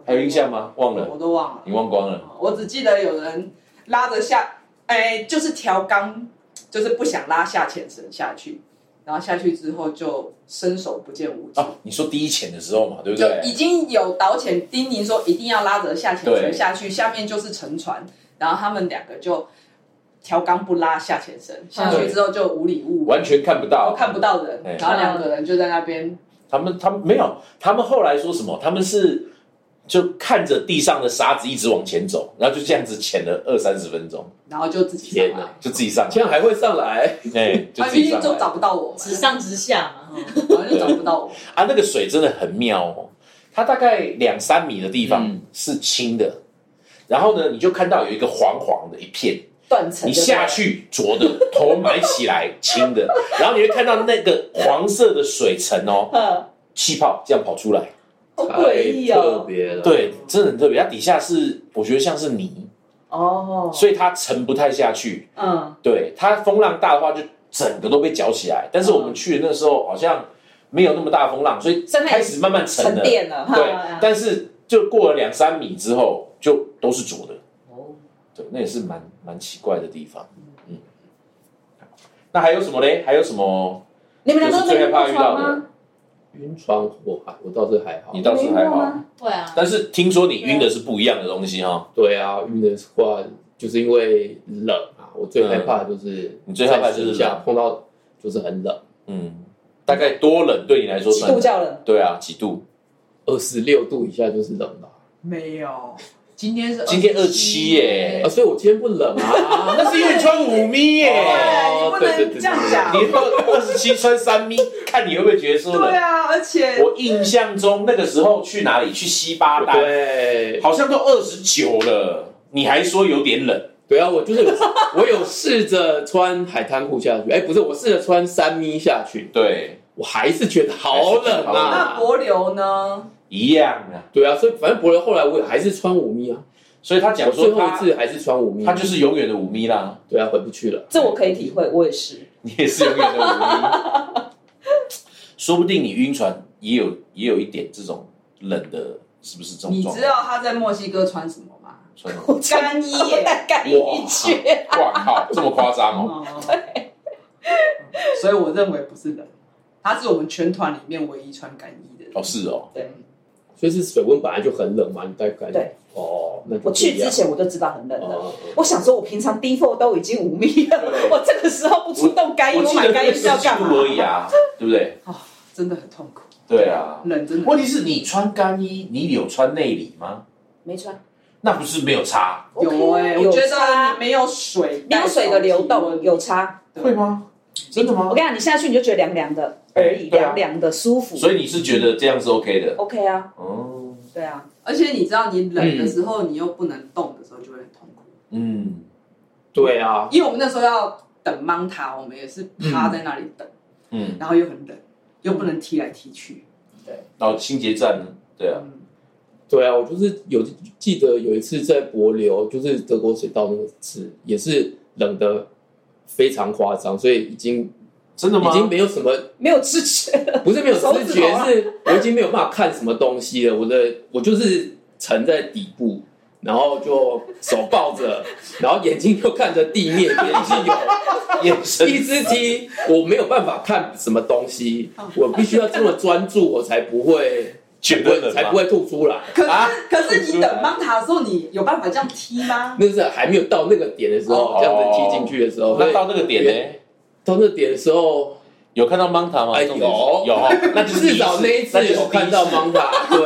Speaker 1: 还有印象吗？忘了，
Speaker 3: 我都忘了。
Speaker 1: 你忘光了。
Speaker 3: 我只记得有人拉着下，哎、就是调缸，就是不想拉下潜绳下去，然后下去之后就伸手不见五指，
Speaker 1: 啊，你说第一潜的时候嘛，对不
Speaker 3: 就
Speaker 1: 对？
Speaker 3: 已经有导潜叮咛说一定要拉着下潜
Speaker 1: 对
Speaker 3: 绳下去，下面就是沉船，然后他们两个就调缸不拉下潜绳，下去之后就无礼物，
Speaker 1: 完全看不
Speaker 3: 然后
Speaker 1: 到。
Speaker 3: 看不到人
Speaker 1: 哎，
Speaker 3: 然后两个人就在那边，
Speaker 1: 他们他们没有，他们后来说什么？他们是就看着地上的沙子一直往前走，然后就这样子潜了二三十分钟。
Speaker 3: 然后就自己
Speaker 1: 天
Speaker 3: 上来
Speaker 1: 哪，，就自己上
Speaker 7: 这
Speaker 1: 来，
Speaker 7: 样还会上来？
Speaker 1: 哎，就
Speaker 3: 啊，
Speaker 1: 自
Speaker 3: 毕
Speaker 1: 己
Speaker 3: 竟
Speaker 1: 上
Speaker 3: 就
Speaker 1: 来
Speaker 3: 找不到我们，
Speaker 4: 直上直下嘛，
Speaker 3: 嗯然后就找不到我们，
Speaker 1: 啊。那个水真的很妙哦，它大概两三米的地方
Speaker 7: 嗯
Speaker 1: 是清的，然后呢，你就看到有一个黄黄的一片，
Speaker 5: 断层
Speaker 1: 你
Speaker 5: 就对
Speaker 1: 下
Speaker 5: 了，
Speaker 1: 去浊的，头埋起来清的，然后你会看到那个黄色的水层哦，
Speaker 5: 嗯，
Speaker 1: 气泡这样跑出来，
Speaker 5: 好诡异
Speaker 1: 哎
Speaker 7: 太特
Speaker 5: 哦，
Speaker 7: 别了。，
Speaker 1: 对，真的很特别。它底下是我觉得像是泥，
Speaker 5: 哦，
Speaker 1: 所以它沉不太下去，
Speaker 5: 嗯，
Speaker 1: 对，它风浪大的话，就整个都被搅起来。但是我们去的那时候好像没有那么大风浪，所以
Speaker 5: 所以它
Speaker 1: 开始慢慢沉
Speaker 5: 沉
Speaker 1: 了。
Speaker 5: 淀哦了，哈哎
Speaker 1: 对，但是就过了两三米之后，就都是浊的。
Speaker 4: 哦，
Speaker 1: 对，那也是蛮蛮奇怪的地方。嗯，那还有什么嘞？还有什么？
Speaker 5: 你们
Speaker 1: 就
Speaker 5: 两
Speaker 1: 是
Speaker 5: 个都没
Speaker 1: 最害怕遇到
Speaker 5: 晕过船吗？
Speaker 1: 的，
Speaker 7: 晕船我还我倒是还好
Speaker 1: 你。倒是
Speaker 5: 没
Speaker 1: 还
Speaker 5: 遇过
Speaker 1: 好
Speaker 5: 吗。
Speaker 4: 会啊，
Speaker 1: 但是听说你晕的是不一样的东西哈、
Speaker 7: 对啊，晕的话就是因为冷啊，我最害怕就是
Speaker 1: 你最害怕就是冷
Speaker 7: 在水下碰到就是很冷，
Speaker 1: 嗯，大概多冷对你来说
Speaker 5: 几
Speaker 1: 算
Speaker 5: 度？叫冷？
Speaker 1: 对啊，几度？
Speaker 7: 二十六度以下就是冷了
Speaker 3: 没有，今天是
Speaker 1: 今天27耶
Speaker 7: 啊，所以我今天不冷啊。哦
Speaker 1: 那是因为穿五米耶、
Speaker 3: 对，你不能这样讲。
Speaker 1: 你二二十七穿三米，看你会不会觉得说冷
Speaker 3: 对？啊，而且
Speaker 1: 我印象中那个时候去哪里？去西巴丹，
Speaker 7: 对，
Speaker 1: 好像都二十九了，你还说有点冷，
Speaker 7: 对啊，我就是有我有试着穿海滩裤下去，哎，不是，我试着穿三咪下去，
Speaker 1: 对，
Speaker 7: 我还是觉得好冷
Speaker 3: 那
Speaker 7: 啊。
Speaker 3: 柏流呢？
Speaker 1: 一样啊。
Speaker 7: 对啊，所以反正博伦后来我也还是穿五咪啊，
Speaker 1: 所以他讲
Speaker 7: 我
Speaker 1: 说
Speaker 7: 最后一
Speaker 1: 他
Speaker 7: 次还是穿五咪，啊
Speaker 1: 他就是永远的五米啦，
Speaker 7: 对啊，回不去了。
Speaker 5: 这我可以体会，我也是。
Speaker 1: 你也是永远的五米，说不定你晕船也有也有一点这种冷的，是不是这种
Speaker 3: 你
Speaker 1: 状
Speaker 3: 知
Speaker 1: 况？
Speaker 3: 道他在墨西哥穿什么吗？
Speaker 1: 穿什么
Speaker 3: 干衣
Speaker 5: 我
Speaker 3: 耶！
Speaker 5: 大概一啊句，
Speaker 1: 哇靠，这么夸张哦！
Speaker 3: 哦 所以我认为不是冷，他是我们全团里面唯一穿干衣的。
Speaker 1: 哦是哦，
Speaker 7: 所以是水温本来就很冷嘛，你大概
Speaker 5: 对
Speaker 7: 哦，那就
Speaker 5: 我去
Speaker 7: 不一样
Speaker 5: 之前我就知道很冷了。
Speaker 7: 哦，
Speaker 5: 我想说，我平常 D four 都已经五米了，我这个时候不出动干衣，
Speaker 1: 我
Speaker 5: 哎我
Speaker 1: 记
Speaker 5: 买
Speaker 1: 得
Speaker 5: 干
Speaker 1: 那
Speaker 5: 衣
Speaker 1: 个
Speaker 5: 是
Speaker 1: 十
Speaker 5: 要
Speaker 1: 几
Speaker 5: 干嘛
Speaker 1: 度？而已啊，对不对？
Speaker 3: 真的很痛苦，
Speaker 1: 对啊，
Speaker 3: 冷真的。
Speaker 1: 问题是你穿干衣，你有穿内里吗？
Speaker 5: 没穿，哦
Speaker 1: 那不是没有差，
Speaker 3: 有哎、
Speaker 5: 有
Speaker 3: 我觉
Speaker 5: 差
Speaker 3: 得你没有水，
Speaker 5: 没有水的流
Speaker 1: 嗯
Speaker 5: 动有差。
Speaker 3: 对
Speaker 1: 会吗？真的
Speaker 5: 我
Speaker 1: 吗？
Speaker 5: 跟你讲，你下去你就觉得凉凉的
Speaker 1: 哎
Speaker 5: 而已，
Speaker 1: 对啊
Speaker 5: 凉凉的舒服。
Speaker 1: 所以你是觉得这样是 OK
Speaker 7: 嗯
Speaker 1: 的？
Speaker 5: OK 啊，
Speaker 1: 哦，
Speaker 5: 对啊，
Speaker 3: 而且你知道，你冷的时候，你又不能动的时候，就会很痛苦。
Speaker 1: 嗯，
Speaker 7: 对
Speaker 5: 嗯
Speaker 7: 啊，
Speaker 3: 因为我们那时候要等芒塔，我们也是趴在那里等，
Speaker 1: 嗯，
Speaker 3: 然后又很冷，又不能踢来踢去。
Speaker 1: 然后清洁站呢？对啊，
Speaker 3: 嗯，
Speaker 7: 对啊，我就是有记得有一次在柏流，就是德国水道那个次，也是冷的非常夸张，所以已经
Speaker 1: 真的吗
Speaker 7: 已？经没有什么，
Speaker 5: 没有知觉。
Speaker 7: 不是没有 知
Speaker 5: 手指头
Speaker 7: 觉，
Speaker 5: 啊
Speaker 7: 是我已经没有办法看什么东西了。我的我就是沉在底部，然后就手抱着，然后眼睛就看着地面，眼 睛有。
Speaker 1: 眼神
Speaker 7: 一只鸡，我没有办法看什么东西，
Speaker 5: 哦
Speaker 7: 我必须要这么专注，我才不会，
Speaker 1: 觉
Speaker 7: 不
Speaker 1: 得
Speaker 7: 会
Speaker 1: 冷
Speaker 7: 才
Speaker 1: 吗
Speaker 7: 不会吐出来。
Speaker 3: 可是、
Speaker 1: 啊
Speaker 3: 可是你等芒塔的时候，你有办法这样踢 吗？
Speaker 7: 那是还没有到那个点的时
Speaker 1: 哦
Speaker 7: 候，这样子踢进去的时候，
Speaker 1: 那到那个点
Speaker 7: 对
Speaker 1: 呢？
Speaker 7: 到那点的时候，
Speaker 1: 有看到 Manta 吗？
Speaker 7: 哎
Speaker 1: 重点是
Speaker 7: 有
Speaker 1: 有哦，那就是第一
Speaker 7: 至
Speaker 1: 次
Speaker 7: 少 那一
Speaker 1: 那
Speaker 7: 次
Speaker 1: 就是第一
Speaker 7: 有看到
Speaker 1: 次哎
Speaker 7: 芒塔， 对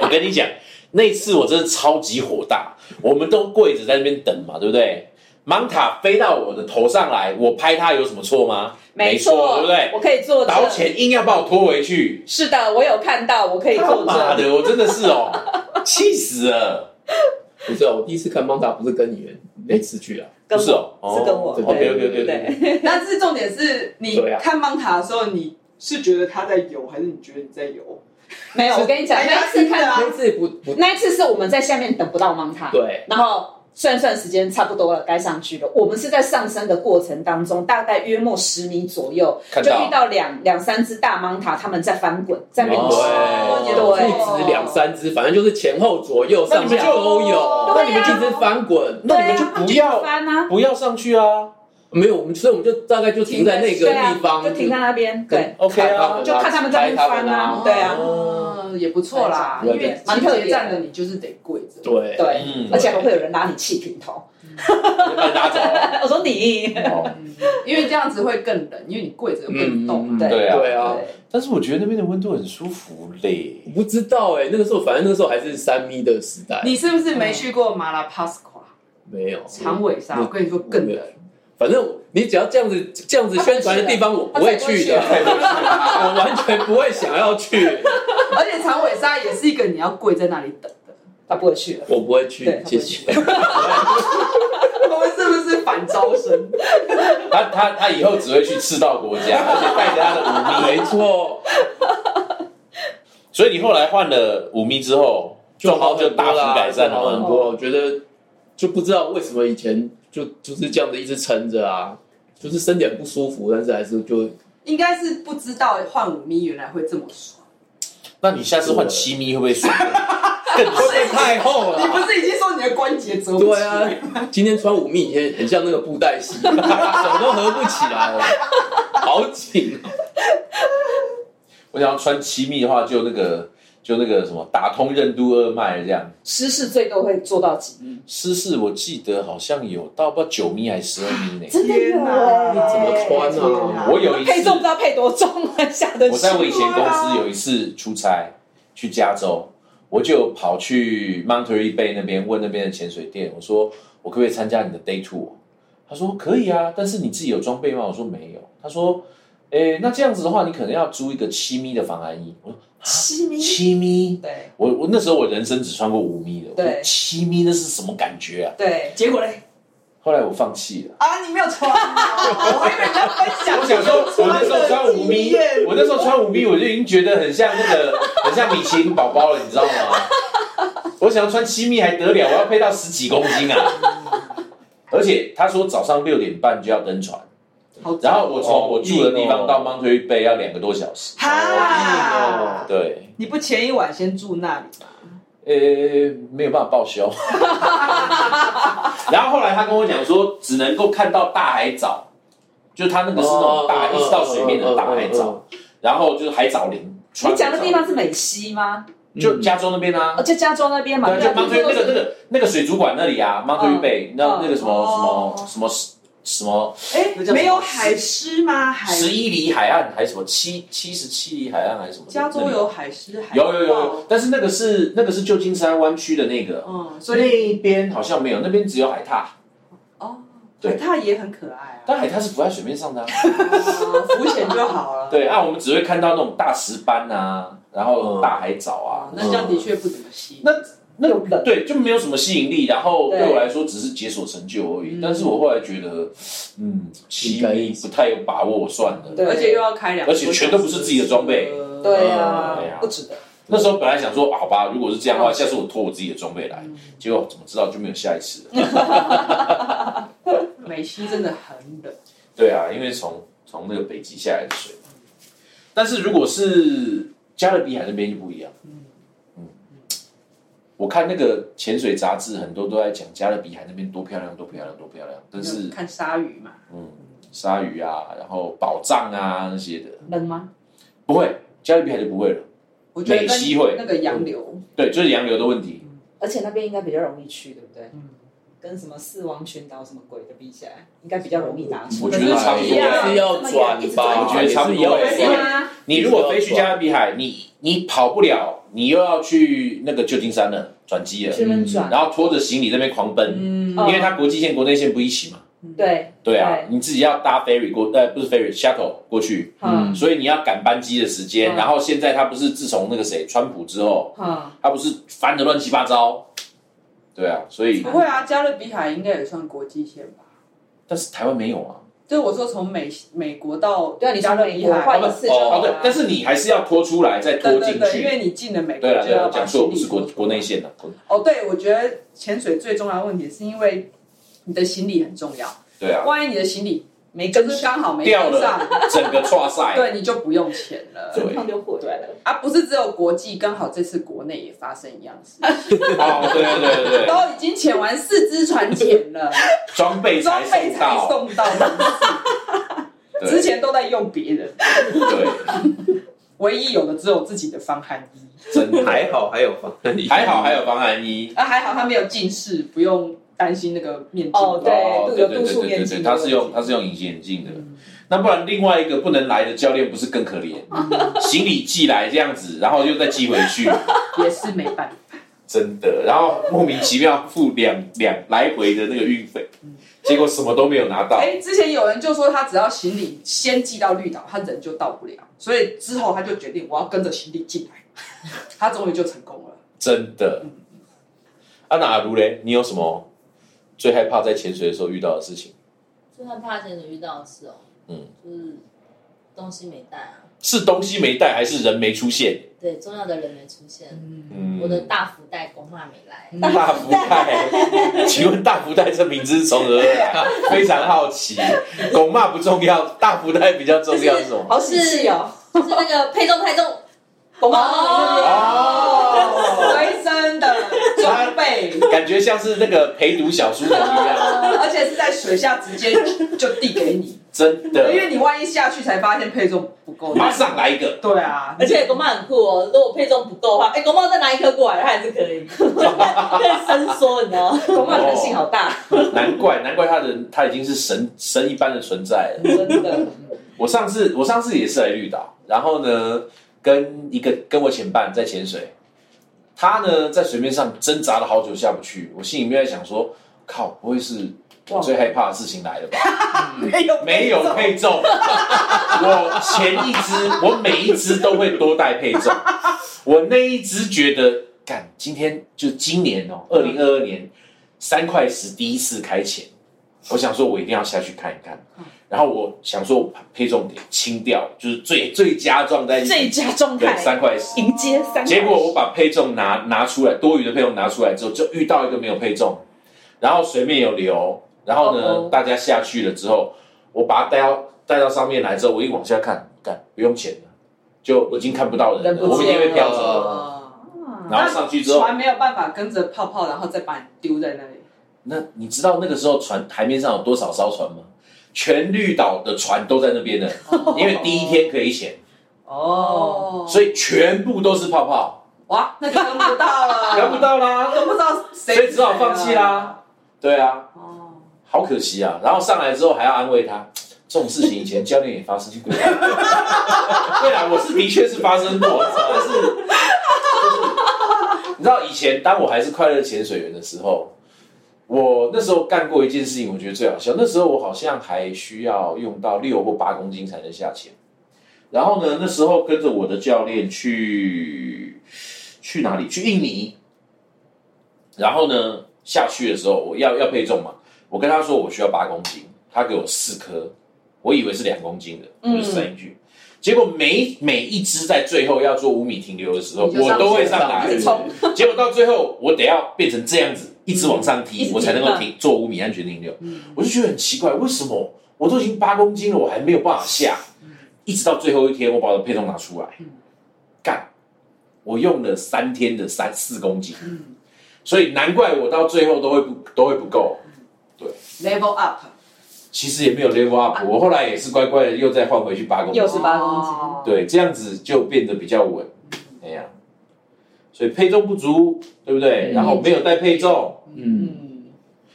Speaker 1: 我跟你讲，那一次我真的超级火大，我们都跪着在那边等嘛，对不对？芒塔飞到我的头上来，我拍它有什么错吗？
Speaker 5: 错，
Speaker 1: 对不对？
Speaker 5: 我可以作
Speaker 1: 导
Speaker 5: 证。
Speaker 1: 潜硬要把我拖回去，
Speaker 5: 是的，我有看到，我可以
Speaker 1: 他
Speaker 5: 作
Speaker 1: 妈
Speaker 5: 证。
Speaker 1: 的，啊我真的是 哦，气死了！
Speaker 7: 不是哦，我第一次看芒塔不是跟你们
Speaker 1: 哎
Speaker 7: 那次去啊，
Speaker 5: 跟
Speaker 1: 不是哦，
Speaker 5: 是跟我
Speaker 1: OK OK OK
Speaker 5: 对，
Speaker 3: 但是重点是你
Speaker 7: 对啊
Speaker 3: 看芒塔的时候，你是觉得他在游，还是你觉得你在游？
Speaker 5: 没有，我跟你讲，
Speaker 3: 哎
Speaker 5: 那一次看
Speaker 3: 真的啊
Speaker 5: 到，
Speaker 1: 哦
Speaker 7: 那次不不
Speaker 5: 那一次是我们在下面等不到芒塔，
Speaker 7: 对，
Speaker 5: 然后算算时间差不多了，该上去了。我们是在上升的过程当中，大概约莫十米左右，
Speaker 1: 看
Speaker 5: 就
Speaker 1: 到
Speaker 5: 遇到两两三只大芒塔，他们在翻滚，在那边
Speaker 1: 哦
Speaker 5: 吃
Speaker 7: 对，
Speaker 5: 对
Speaker 7: 不止两三只，反正就是前后左右上下都有，
Speaker 5: 那
Speaker 7: 那
Speaker 5: 你
Speaker 7: 你
Speaker 5: 们
Speaker 7: 们
Speaker 5: 就
Speaker 7: 就一直翻滚，
Speaker 5: 啊对
Speaker 1: 那
Speaker 5: 啊
Speaker 1: 你们就
Speaker 5: 他们
Speaker 1: 不要
Speaker 5: 翻啊，
Speaker 1: 不要上去啊
Speaker 7: 没有，我们所以我们就大概就停在那个
Speaker 5: 对啊
Speaker 7: 地方，
Speaker 5: 就停在那边，对，
Speaker 1: ，OK 啊，
Speaker 5: 就看他们在那边翻啊，对啊，
Speaker 3: 嗯，也不错啦，因为集结站的你就是得跪着。
Speaker 7: 对，
Speaker 5: 对，
Speaker 1: 嗯
Speaker 5: 而且还会有人拉你气瓶头。
Speaker 7: 把你拉走，
Speaker 5: 我说你，
Speaker 1: 啊哦
Speaker 3: 嗯因为这样子会更冷，因为你跪着会
Speaker 7: 嗯，
Speaker 3: 动。
Speaker 5: 哦对
Speaker 1: 对啊
Speaker 7: 对啊，
Speaker 1: 但是我觉得那边的温度很舒服嘞
Speaker 7: 我。不知道哎，那个时候反正那个时候还是三米的时代，
Speaker 3: 你是不是没去过马拉帕斯夸
Speaker 7: 没有
Speaker 3: 长尾沙？
Speaker 7: 我
Speaker 3: 我跟你说更冷，
Speaker 7: 反正你只要这样子这样子宣传的地方，我不会去的， 我完全不会想要去，
Speaker 3: 而且长尾沙也是一个你要跪在那里等的。
Speaker 5: 他不会去了。
Speaker 7: 我不会
Speaker 5: 对
Speaker 7: 去，谢谢。
Speaker 3: 我们是不是反招生？
Speaker 1: 他他他以后只会去赤道国家，而且带着他的五咪。
Speaker 7: 没错，
Speaker 1: 所以你后来换了五咪之后，状况就大幅改善
Speaker 7: 好
Speaker 1: 了
Speaker 7: 很
Speaker 1: 吗？
Speaker 7: 多。我觉得就不知道为什么以前就就是这样子一直撑着啊，就是身体很不舒服，但是还是就
Speaker 3: 应该是不知道换五咪原来会这么爽。
Speaker 1: 那你下次换七咪会不会爽？ 更
Speaker 7: 会太厚
Speaker 3: 你不
Speaker 7: 了。啊
Speaker 3: 是已经说你的关节折不
Speaker 7: 对
Speaker 3: 起来吗？
Speaker 7: 啊，今天穿五密也很像那个布袋戏， 手都合不起来了，好紧哦。
Speaker 1: 我想要穿七密的话，就那个就那个什么，打通任督二脉这样。
Speaker 5: 失事最多会做到几？
Speaker 1: 诗事我记得好像有到不知道九密还是十二密呢。
Speaker 5: 真的有
Speaker 3: 天哪
Speaker 5: 哎？
Speaker 7: 你怎么穿啊
Speaker 3: 天哪
Speaker 1: 我有一
Speaker 5: 配重
Speaker 1: 次，
Speaker 5: 不知道配多重啊，吓得
Speaker 1: 我在我以前公司有一次出差去加州，我就跑去 Monterey Bay 那边问那边的潜水店，我说我可不可以参加你的 day tour？他说可以啊，但是你自己有装备吗？我说没有。他说，诶，那这样子的话，你可能要租一个七米的防寒衣。我说啊
Speaker 5: 七米，
Speaker 1: 七米，
Speaker 5: 对
Speaker 1: 我我那时候我人生只穿过五米的，我
Speaker 5: 对
Speaker 1: 说七米那是什么感觉啊？
Speaker 5: 对，结果嘞，
Speaker 1: 后来我放弃了。
Speaker 3: 啊，你没有穿啊，我还以为你要分享。
Speaker 1: 我想说，我那时候穿五米，我那时候穿五米，我就已经觉得很像那个，很像米其林宝宝了，你知道吗？我想要穿七米还得了，我要配到十几公斤啊！而且他说早上六点半就要登船，
Speaker 3: 好
Speaker 1: 然后我从我住的地方到 Monterey Bay 要两个多小时。
Speaker 3: 哈，
Speaker 1: 对，
Speaker 3: 啊你不前一晚先住那里吗？
Speaker 1: 呃、没有办法报销。 然后后来他跟我讲说，只能够看到大海藻，就是他那个是那种
Speaker 7: 哦
Speaker 1: 大，一直到水面的大海藻，然后就是海藻林。
Speaker 5: 你讲的地方是美西吗？
Speaker 1: 就加州那边啊
Speaker 5: 哦，，就加州那边嘛，
Speaker 1: 对，就
Speaker 5: 不
Speaker 1: Mount
Speaker 5: 是说
Speaker 1: Hood- 那个那个那个水族馆那里啊，Mount
Speaker 5: 嗯
Speaker 1: Hoy Bay，那
Speaker 5: 嗯
Speaker 1: 那个什
Speaker 3: 哦
Speaker 1: 么什么什么什么
Speaker 3: 哎
Speaker 1: 那叫什么
Speaker 3: 没有海狮吗？海
Speaker 1: 十一里海岸还是什么七七十七里海岸还是什么的？
Speaker 3: 加州
Speaker 1: 那里
Speaker 3: 有海狮，海
Speaker 1: 有有有
Speaker 3: 豹
Speaker 1: 有，，但是那个是那个是旧金山湾区的那
Speaker 5: 哦
Speaker 1: 个，
Speaker 3: 嗯，
Speaker 1: 所
Speaker 3: 所
Speaker 1: 以
Speaker 3: 以
Speaker 1: 那边好像没有，那边只有海獭，
Speaker 3: 哦，
Speaker 1: 对
Speaker 3: 海獭也很可爱啊，
Speaker 1: 但海獭是浮在水面 上的啊。
Speaker 3: 哦浮潜就好了。
Speaker 1: 对啊，我们只会看到那种大石斑啊，然后大海藻啊
Speaker 3: 哦，，那这样的确不怎么吸。
Speaker 1: 那那
Speaker 5: 有冷
Speaker 1: 对就没有什么吸引力，然后对
Speaker 5: 对
Speaker 1: 我来说只是解锁成就而已。
Speaker 3: 嗯
Speaker 1: 但是我后来觉得，嗯，七
Speaker 7: 应该
Speaker 1: 米不太有把握，算了。
Speaker 5: 对
Speaker 3: 而且又要开两个
Speaker 1: 而
Speaker 3: 多
Speaker 1: 且
Speaker 3: 小时车，
Speaker 1: 全都不是自己的装备
Speaker 5: 对
Speaker 1: 嗯对
Speaker 5: 啊
Speaker 1: 啊，
Speaker 5: 不值得。
Speaker 1: 那时候本来想说，好吧，如果是这样的话，
Speaker 3: 嗯
Speaker 1: 下次我拖我自己的装备来。结果怎么知道就没有下一次了？
Speaker 3: 美西真的很冷，
Speaker 1: 对啊，因为从从那个北极下来的水。但是如果是加勒比海那边就不一样。
Speaker 3: 嗯
Speaker 1: 嗯，我看那个潜水杂志，很多都在讲加勒比海那边多漂亮，多漂亮，多漂亮。但是
Speaker 3: 看鲨鱼嘛，
Speaker 1: 嗯，鲨鱼啊，然后宝藏啊那些的，
Speaker 5: 冷吗？
Speaker 1: 不会，加勒比海就不会了。
Speaker 3: 我觉得
Speaker 1: 美
Speaker 3: 跟
Speaker 1: 西会
Speaker 3: 那个洋流，
Speaker 1: 对，就是洋流的问题。
Speaker 5: 而且那边应该比较容易去，对不对？
Speaker 3: 嗯，
Speaker 5: 跟什么四王群岛什么鬼的比起来，应该比较容易达成。
Speaker 1: 我觉得差不多
Speaker 7: 也是要转吧，
Speaker 1: 我觉得差不多
Speaker 7: 也是要
Speaker 1: 对
Speaker 5: 是
Speaker 7: 转
Speaker 5: 吗？
Speaker 1: 你如果飞去加勒比海，你你跑不了，你又要去那个旧金山了，转机了，
Speaker 5: 去那边转，
Speaker 1: 然后拖着行李那边狂奔，
Speaker 3: 嗯
Speaker 5: 哦
Speaker 1: 因为它国际线、国内线不一起嘛。
Speaker 5: 对，
Speaker 1: 对啊
Speaker 5: 对，
Speaker 1: 你自己要搭 ferry 过，呃，不是 ferry shuttle 过去，
Speaker 5: 嗯
Speaker 1: 所以你要赶班机的时间。
Speaker 5: 嗯
Speaker 1: 然后现在他不是自从那个谁川普之后，
Speaker 5: 嗯，
Speaker 1: 他不是翻的乱七八糟。对啊，所以
Speaker 3: 不会啊，加勒比海应该也算国际线吧？
Speaker 1: 但是台湾没有啊，
Speaker 3: 就是我说从美美国到
Speaker 5: 对啊，你
Speaker 3: 加
Speaker 5: 从
Speaker 3: 勒
Speaker 5: 美
Speaker 3: 比
Speaker 5: 国
Speaker 3: 海，
Speaker 5: 换一次就
Speaker 1: 哦，
Speaker 5: 好
Speaker 1: 对
Speaker 5: 了，，
Speaker 1: 但是你还是要拖出来，再拖
Speaker 3: 对
Speaker 1: 进
Speaker 3: 对
Speaker 1: 去。
Speaker 3: 对，因为你进了美国
Speaker 1: 对了
Speaker 3: 就
Speaker 1: 对
Speaker 3: 要
Speaker 1: 了，
Speaker 3: 把
Speaker 1: 讲错，
Speaker 3: 行
Speaker 1: 不
Speaker 3: 李
Speaker 1: 是国
Speaker 3: 拖出来
Speaker 1: 国内线的。啊国
Speaker 3: 哦，对，我觉得潜水最重要的问题是因为你的行李很重要，
Speaker 1: 对啊，
Speaker 3: 万一你的行李
Speaker 5: 没
Speaker 3: 就
Speaker 5: 跟
Speaker 3: 是
Speaker 5: 上，
Speaker 3: 刚好没
Speaker 1: 掉了
Speaker 3: 跟上，
Speaker 1: 整个跨赛。
Speaker 3: 对，你就不用钱了。
Speaker 1: 对
Speaker 5: 胖就回来了。
Speaker 3: 啊，不是只有国际，刚好这次国内也发生一样事，
Speaker 1: 哦，对对对对对，
Speaker 3: 都已经潜完四只船潜了，
Speaker 1: 装备
Speaker 3: 装
Speaker 1: 才
Speaker 3: 备
Speaker 1: 送
Speaker 3: 才
Speaker 1: 到。
Speaker 3: 送到门口，
Speaker 1: 对
Speaker 3: 之前都在用别人，
Speaker 1: 对，
Speaker 3: 唯一有的只有自己的防寒衣。
Speaker 1: 真的
Speaker 7: 还好还有防弹衣，
Speaker 1: 还好还有防寒衣。
Speaker 3: 啊，还好他没有近视，不用担心那个面镜。
Speaker 5: 哦对
Speaker 1: 哦对
Speaker 5: 有
Speaker 1: 对
Speaker 5: 度
Speaker 1: 对
Speaker 5: 数
Speaker 1: 对对
Speaker 5: 眼
Speaker 1: 对，
Speaker 5: 镜
Speaker 1: 他
Speaker 5: 的
Speaker 1: 是
Speaker 5: 问
Speaker 1: 用
Speaker 5: 题
Speaker 1: 他是用隐形眼镜的。那不然另外一个不能来的教练不是更可 怜？行李寄来这样子，然后又再寄回去，
Speaker 3: 也是没办法。
Speaker 1: 真的。然后莫名其妙付两两来回的那个运费，结果什么都没有拿到。
Speaker 3: 嗯哎、之前有人就说他只要行李先寄到绿岛，他人就到不了，所以之后他就决定我要跟着行李进来，他终于就成功了。
Speaker 1: 真的。啊，那阿如嘞，你有什么最害怕在潜水的时候遇到的事情？
Speaker 4: 最害怕现在遇到的事哦，
Speaker 1: 嗯，
Speaker 4: 就是东西没带啊，
Speaker 1: 是东西没带，还是人没出现？
Speaker 4: 对，重要的人没出现，
Speaker 1: 嗯
Speaker 4: 我的大福袋公话没来，
Speaker 1: 大福袋，请问大福袋这名字是从何而来？啊非常好奇。拱骂不重要，大福袋比较重要是什么？
Speaker 5: 好喜气哦！
Speaker 4: 就是那个配重太重，
Speaker 5: 我妈
Speaker 1: 哦，
Speaker 3: 随身的装备，
Speaker 1: 感觉像是那个陪读小书童一样，
Speaker 3: 而且是在水下直接就递给你，
Speaker 1: 真
Speaker 3: 因
Speaker 1: 的。
Speaker 3: 为你万一下去才发现配重不够，
Speaker 1: 马上来一哎个，
Speaker 3: 对啊，
Speaker 6: 而且狗妈很酷哦，如果配重不够的话，哎、狗妈再拿一颗过来，它还是可 以，可以伸缩，你知道吗？
Speaker 5: 我妈人性好大，
Speaker 1: 难怪难怪他的他已经是神神一般的存在了。
Speaker 5: 真的。
Speaker 1: 我上次我上次也是来绿岛，然后呢，跟一个跟我前伴在潜水，他呢在水面上挣扎了好久下不去，我心里面在想说，靠，不会是我最害怕的事情来了吧？ 嗯
Speaker 3: 没有
Speaker 1: 没有配 重，我前一只我每一只都会多带配重，我那一只觉得，干，今天就今年哦，二零二二年三块十第一次开钱，我想说我一定要下去看一看，
Speaker 3: 嗯
Speaker 1: 然后我想说我把配重点清掉，就是最最佳状态，
Speaker 5: 最佳状
Speaker 1: 对
Speaker 5: 态，
Speaker 1: 三块十。
Speaker 5: 迎接三。
Speaker 1: 结果我把配重拿拿出来，多余的配重拿出来之后，就遇到一个没有配重，然后水面有流，然后呢，
Speaker 5: 哦哦
Speaker 1: 大家下去了之后，我把它带到带到上面来之后，我一往下看，干不用钱了，就已经看不到人
Speaker 5: 人
Speaker 1: 了，
Speaker 5: 不见了哦
Speaker 1: 我们一定被飘走。
Speaker 3: 啊，
Speaker 1: 然后上去之后，
Speaker 3: 船没有办法跟着泡泡，然后再把你丢在那里。
Speaker 1: 那你知道那个时候船台面上有多少艘船吗？全绿岛的船都在那边的，因为第一天可以潜，
Speaker 5: 哦
Speaker 1: 所以全部都是泡泡，
Speaker 3: 哇，那就跟不到了，
Speaker 5: 啊
Speaker 1: 看不，到啦，
Speaker 3: 都不知道谁，
Speaker 1: 所以只好放弃啦。啊对啊，
Speaker 3: 哦。
Speaker 1: 好可惜啊！然后上来之后还要安慰他，这种事情以前教练也发生过。 对啊，我是的确是发生过，但是、就是你知道以前当我还是快乐潜水员的时候，我那时候干过一件事情，我觉得最好笑。那时候我好像还需要用到六或八公斤才能下潜。然后呢，那时候跟着我的教练去去哪里？去印尼。然后呢，下去的时候我要要配重嘛，我跟他说我需要八公斤，他给我四颗，我以为是两公斤的，我就塞进去。
Speaker 3: 嗯
Speaker 1: 结果每每一只在最后要做五米停留的时候，
Speaker 3: 你就
Speaker 1: 我
Speaker 3: 上
Speaker 1: 都会
Speaker 3: 去
Speaker 1: 上来，
Speaker 7: 一直
Speaker 5: 冲
Speaker 1: 结果到最后，我得要变成这样子，一直往上
Speaker 5: 嗯一
Speaker 1: 踢，
Speaker 5: 直嗯
Speaker 1: 我才能够
Speaker 5: 停
Speaker 1: 停做五米安全停留。我就觉得很奇怪，为什么我都已经八公斤了，我还没有办法下？
Speaker 5: 嗯
Speaker 1: 一直到最后一天，我把我的配重拿出来，干，我用了三天的三四公斤，
Speaker 5: 嗯
Speaker 1: 所以难怪我到最后都会不都会不够。
Speaker 3: level up，
Speaker 1: 其实也没有 level up，我后来也是乖乖的又再换回去八公斤
Speaker 5: 啊又，是八公斤
Speaker 3: 哦
Speaker 1: 对，这样子就变得比较稳，哎呀、所以配重不足，对不对？
Speaker 7: 嗯
Speaker 1: 然后没有带配重。
Speaker 7: 嗯，
Speaker 3: 嗯，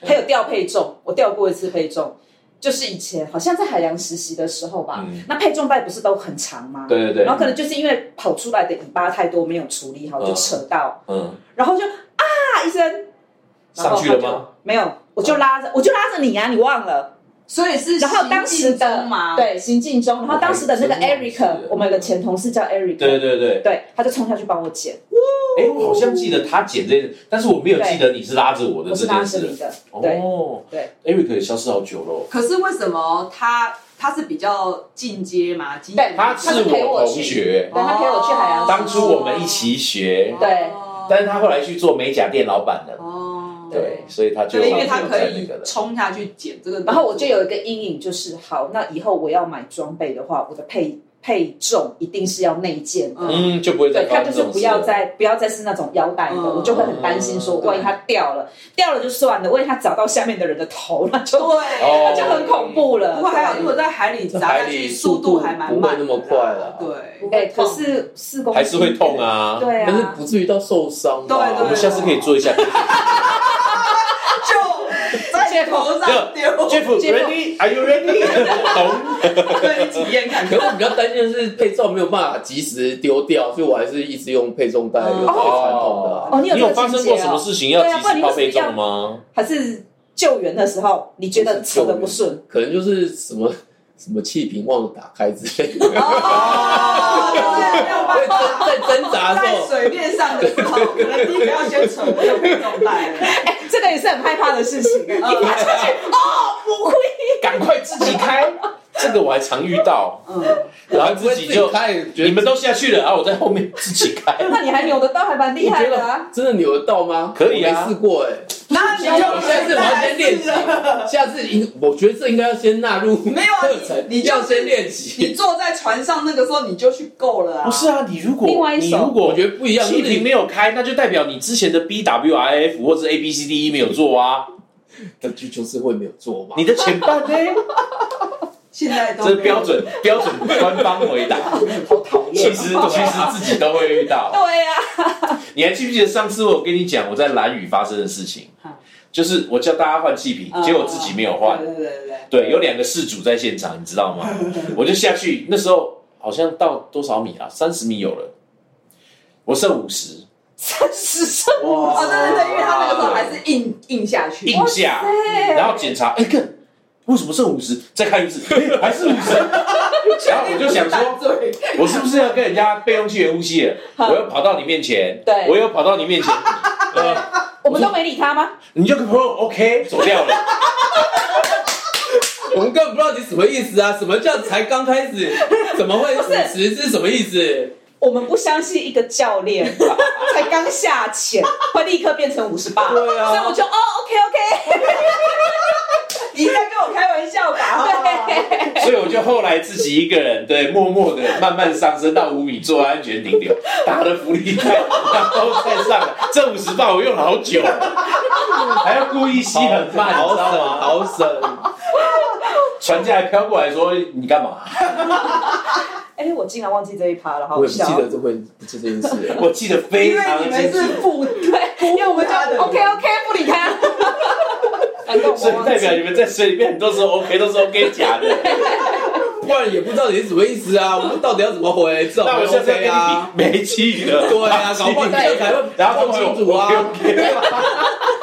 Speaker 5: 还有掉配重，我掉过一次配重，就是以前好像在海洋实习的时候吧，
Speaker 1: 嗯
Speaker 5: 那配重带不是都很长吗？
Speaker 1: 对对对
Speaker 5: 然，后可能就是因为跑出来的尾巴太多，没有处理好，就扯到，
Speaker 1: 嗯，
Speaker 5: 然后就啊一声，然
Speaker 1: 上
Speaker 5: 后
Speaker 1: 去了吗？
Speaker 5: 没有，我就拉着，我就拉着你呀、啊，你忘了。
Speaker 3: 所以是
Speaker 5: 然后当时
Speaker 3: 行进
Speaker 5: 的
Speaker 3: 中嘛，，
Speaker 5: 对行进中，
Speaker 1: 哦
Speaker 5: 然后当时的那个
Speaker 1: 我还真忘记
Speaker 5: Eric，
Speaker 1: 了
Speaker 5: 我们有个前同事叫 Eric，
Speaker 1: 对对对，
Speaker 5: 对他就冲下去帮我捡，
Speaker 1: 哎，我好像记得他剪这件事，但是我没有记得你是拉着我的
Speaker 5: 我是
Speaker 1: 这
Speaker 5: 拉
Speaker 1: 件
Speaker 5: 着你
Speaker 1: 事。
Speaker 5: 的，对
Speaker 1: 哦，
Speaker 5: 对
Speaker 1: ，Eric 也消失好久哦喽。
Speaker 3: 可是为什么他他是比较进阶哦嘛？进
Speaker 5: 对
Speaker 1: 他
Speaker 5: 他
Speaker 1: 是
Speaker 5: 是陪我
Speaker 1: 我同
Speaker 5: 去
Speaker 1: 学，
Speaker 5: 对他陪我去海洋
Speaker 1: 当初我们一起学，
Speaker 5: 对
Speaker 3: 哦
Speaker 1: 但是他后来去做美甲店老板了。
Speaker 3: 哦，
Speaker 1: 对，所以他就
Speaker 3: 对，因为他
Speaker 1: 没有
Speaker 3: 可
Speaker 1: 在那
Speaker 3: 以
Speaker 1: 个了。
Speaker 3: 冲下去捡这个，
Speaker 5: 然后我就有一个阴影，就是好，那以后我要买装备的话，我的配配重一定是要内件的。
Speaker 3: 嗯
Speaker 1: 嗯，就不会再
Speaker 5: 对，
Speaker 1: 发生
Speaker 5: 它就
Speaker 1: 这
Speaker 5: 是
Speaker 1: 种
Speaker 5: 不
Speaker 1: 事
Speaker 5: 要
Speaker 1: 了
Speaker 5: 再不要再是那种腰带的，
Speaker 3: 嗯
Speaker 5: 我就会很担心说，
Speaker 1: 嗯
Speaker 5: 万一它掉了，掉了就算了，万一它砸到下面的人的头，那就
Speaker 3: 对。
Speaker 1: 哦
Speaker 5: 那就很恐怖了。
Speaker 3: 不过还好，
Speaker 5: 对
Speaker 3: 如果在海里砸下
Speaker 7: 海
Speaker 3: 去，
Speaker 7: 里
Speaker 3: 速度还蛮慢的啦，
Speaker 7: 不会那么快啦
Speaker 3: 对，
Speaker 5: 哎，可是四公斤
Speaker 1: 还是会痛，啊。
Speaker 5: 对
Speaker 7: 但是
Speaker 5: 啊，
Speaker 7: 不至于到受伤吧。
Speaker 3: 对对对
Speaker 1: 我们下次可以做一下。
Speaker 3: 就在头上丢，
Speaker 1: Jeff，ready？Are you ready？懂？
Speaker 3: 对，体验 看
Speaker 7: 可
Speaker 3: 看。
Speaker 7: 是我比较担心的是配重没有办法及时丢掉，所以我还是一直用配重袋，用最传统的啊。
Speaker 5: 哦，你有
Speaker 1: 你
Speaker 5: 这个
Speaker 1: 有发
Speaker 5: 情
Speaker 1: 生
Speaker 5: 节
Speaker 1: 过
Speaker 5: 哦
Speaker 1: 什么事情要
Speaker 5: 对啊
Speaker 1: 及时报备中吗？
Speaker 5: 还是救援的时候，你觉得扯的不顺，
Speaker 7: 可能就是什么什么气瓶忘了打开之类的，
Speaker 3: 哦，对，没有办法。
Speaker 7: 在挣扎的时
Speaker 3: 在
Speaker 7: 候，
Speaker 3: 水面上的时候，可能第一个要先扯那个运动带了。
Speaker 5: 这个也是很害怕的事情。啊
Speaker 1: 赶快自己开。这个我还常遇 到，
Speaker 3: 嗯，
Speaker 1: 然后自己就
Speaker 7: 开，觉得
Speaker 1: 你们都下去了，然后我在后面自己开。
Speaker 5: 那你还扭得到，还蛮厉害的啊。
Speaker 7: 真的扭得到吗？
Speaker 1: 可以啊
Speaker 7: 我没试过哎、
Speaker 3: 那你就
Speaker 7: 我下次我要先练习，下次应我觉得这应该要先纳入
Speaker 3: 没有啊
Speaker 7: 课程，
Speaker 3: 你你就
Speaker 7: 要先练
Speaker 3: 你
Speaker 7: 习。
Speaker 3: 坐在船上那个时候，你就去够了啊。
Speaker 1: 不是啊，你如果
Speaker 5: 另外一
Speaker 1: 你
Speaker 5: 首
Speaker 1: 如果
Speaker 7: 我觉得不一样，
Speaker 1: 气
Speaker 7: 就是
Speaker 1: 瓶
Speaker 7: 你
Speaker 1: 没有开，那就代表你之前的 B W I F 或者 A B C D E 没有做啊。
Speaker 7: 那就就是会没有做嘛。
Speaker 1: 你的前半呢？
Speaker 3: 现在 都
Speaker 1: 这是标准标准官方回 答。
Speaker 5: 好讨
Speaker 1: 其
Speaker 5: 厌。
Speaker 1: 实其实自己都会遇到。
Speaker 5: 对呀、
Speaker 1: 你还记不记得上次我跟你讲我在蓝屿发生的事情
Speaker 3: 好？
Speaker 1: 就是我叫大家换气瓶，
Speaker 3: 嗯
Speaker 1: 结果自己没有换。
Speaker 3: 对对对对
Speaker 1: 对，有两个事主在现场，你知道吗？我就下去，那时候好像到多少米啊？三十米有了，我剩五十，
Speaker 5: 三十岁，
Speaker 3: 对。哦，对对对，因为他那个时候还是硬硬下去，
Speaker 1: 硬下，然后检查，哎，看为什么剩五十？再看一次，哎还是五十。然后我就想说，
Speaker 3: 对，
Speaker 1: 我是不是要跟人家备用气源呼吸了？我又跑到你面前，
Speaker 5: 对
Speaker 1: 我又跑到你面前，呃
Speaker 5: 我们都没理他吗？
Speaker 1: 你就 pro OK 走掉了。
Speaker 7: 我们根本不知道你什么意思啊？什么叫才刚开 始？怎么会五十是什么意思？
Speaker 5: 我们不相信一个教练才刚下潜会立刻变成五十八，
Speaker 7: 对啊
Speaker 5: 所以我就哦，OK
Speaker 3: 你在跟我开玩笑吧？
Speaker 5: OK，对，
Speaker 1: 所以我就后来自己一个人，对，默默的慢慢上升到五米，做安全顶流，打了浮力带，然后再上来。这五十磅我用了好久，还要故意吸很慢，你
Speaker 7: 好
Speaker 1: 知道
Speaker 7: 省，
Speaker 1: 吗？
Speaker 7: 好省。
Speaker 1: 船家还飘过来说：“你干嘛
Speaker 5: 哎，我竟然忘记这一趴了，好
Speaker 7: 我
Speaker 5: 好
Speaker 7: 也不记
Speaker 5: 笑。
Speaker 7: 得这会不记这件事？”了。
Speaker 1: 我记得非
Speaker 3: 因为
Speaker 1: 常
Speaker 3: 你
Speaker 1: 清
Speaker 3: 们
Speaker 1: 楚
Speaker 3: 是，父
Speaker 5: 对，因为我们就
Speaker 3: 啊
Speaker 5: OK OK 不理他，难怪
Speaker 1: 所
Speaker 5: 我
Speaker 1: 以
Speaker 5: 忘
Speaker 1: 代表
Speaker 5: 记。
Speaker 1: 你们在水里面都是 OK，都是 OK 假的。
Speaker 7: 不然也不知道你是什么意思啊？我们到底要怎么回？至少
Speaker 1: 那我现在
Speaker 7: OK
Speaker 1: 跟
Speaker 7: 啊。
Speaker 1: 你比没气了。
Speaker 7: 对啊，搞不好你这样才会
Speaker 1: 然后
Speaker 7: 搞
Speaker 1: 我
Speaker 7: 清楚啊。
Speaker 1: OK，OK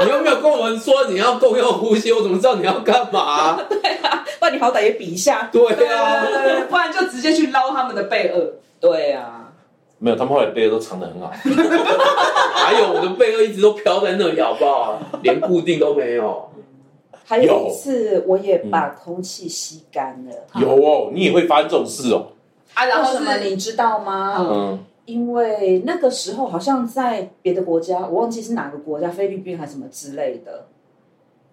Speaker 7: 你又没有跟我们说你要共用呼吸，我怎么知道你要干嘛、
Speaker 5: 不然你好歹也比一下。
Speaker 7: 对啊，
Speaker 3: 对，不然就直接去捞他们的贝鳄。
Speaker 5: 对啊，
Speaker 1: 没有，他们后来背的都藏得很好。
Speaker 7: 还有我的贝壳一直都飘在那里，好不好？连固定都没有。
Speaker 5: 还
Speaker 1: 有
Speaker 5: 有一次我也把空气吸干了。
Speaker 1: 有哦，你也会发生这种事哦。
Speaker 3: 啊，嗯然
Speaker 5: 为
Speaker 3: 后
Speaker 5: 什么
Speaker 3: 是
Speaker 5: 你知道吗？
Speaker 1: 嗯，
Speaker 5: 因为那个时候好像在别的国家，我忘记是哪个国家，菲律宾还是什么之类的。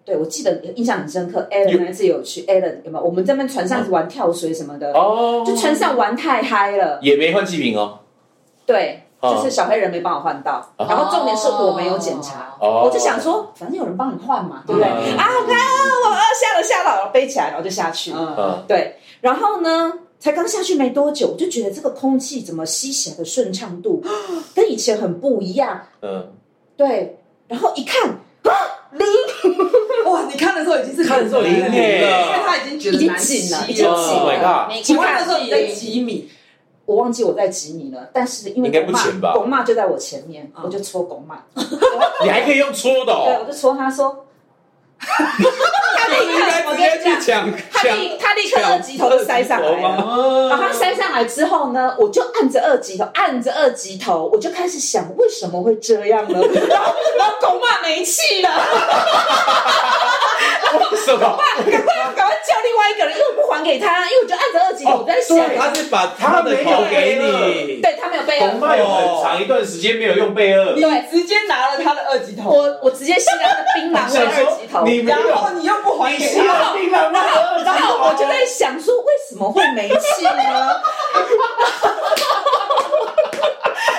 Speaker 5: 对，我记得印象很深刻。Alan 那次有去，Alan 有没有？我们这边船上一直玩跳水什么的，
Speaker 1: 哦，
Speaker 5: 就船上玩太嗨了。
Speaker 1: 也没换气瓶哦。
Speaker 5: 对，
Speaker 1: 哦
Speaker 5: 就是小黑人没帮我换到，然后重点是我没有检查。
Speaker 1: 哦，
Speaker 5: 我就想，说，反正有人帮你换嘛，对不对？
Speaker 1: 嗯
Speaker 5: 啊，我看啊，我啊下了下了，然后背起来，然后就下去。
Speaker 3: 嗯，
Speaker 1: 嗯，
Speaker 5: 对，然后呢，才刚下去没多久，我就觉得这个空气怎么吸起来的顺畅度跟以前很不一样。
Speaker 1: 嗯，
Speaker 5: 对，然后一看
Speaker 3: 哇，你看的时候已经是
Speaker 7: 看的时候已经
Speaker 3: 哦
Speaker 1: 零
Speaker 3: 因为
Speaker 7: 零
Speaker 1: 耶
Speaker 7: 了，
Speaker 3: 他已经觉得哦
Speaker 5: 已经
Speaker 3: 难
Speaker 5: 紧了
Speaker 3: 吸
Speaker 5: 已经
Speaker 1: 紧了
Speaker 7: Oh my
Speaker 1: god
Speaker 4: 没
Speaker 3: 请问
Speaker 4: 关
Speaker 3: 那时候你在
Speaker 4: 系
Speaker 3: 几米？
Speaker 5: 我忘记我在几米了，但是因为
Speaker 1: 应该
Speaker 5: 狗
Speaker 1: 不
Speaker 5: 骂
Speaker 1: 浅吧
Speaker 5: 狗骂就在我前面，
Speaker 3: 嗯
Speaker 5: 我就戳狗骂，
Speaker 1: 你还可以用搓的
Speaker 5: 对，我
Speaker 1: 哦。
Speaker 5: 就戳他说。他立
Speaker 7: 应该
Speaker 5: 刻，我
Speaker 7: 直
Speaker 5: 跟
Speaker 7: 接
Speaker 5: 你讲
Speaker 7: 去，抢
Speaker 5: 他立他立刻二级头就塞上来了。
Speaker 7: 了
Speaker 5: 把它塞上来之后呢，我就按着二级头，按着二级头，我就开始想为什么会这 样呢？然后然后狗骂没气了，
Speaker 1: 为什 么？
Speaker 5: 赶快赶快叫另外一个人，因为我不还给他，因为我就按着二级头，我在想，
Speaker 7: 对，
Speaker 1: 哦
Speaker 7: 他是把他的头给你，
Speaker 5: 对他没有啊被
Speaker 1: 董
Speaker 5: 二，
Speaker 1: 麦有很长一段时间没有用贝二，
Speaker 5: 对
Speaker 3: 直接拿了他的二级头，
Speaker 5: 我我直接吸了他的槟榔味
Speaker 1: 想
Speaker 5: 二级头
Speaker 1: 说，你没
Speaker 3: 然
Speaker 1: 有，
Speaker 3: 后你又不还
Speaker 1: 你
Speaker 3: 给
Speaker 1: 是
Speaker 3: 他，
Speaker 1: 要槟榔吗？
Speaker 5: 然后
Speaker 1: 啊
Speaker 5: 我就在想说，为什么会没气呢？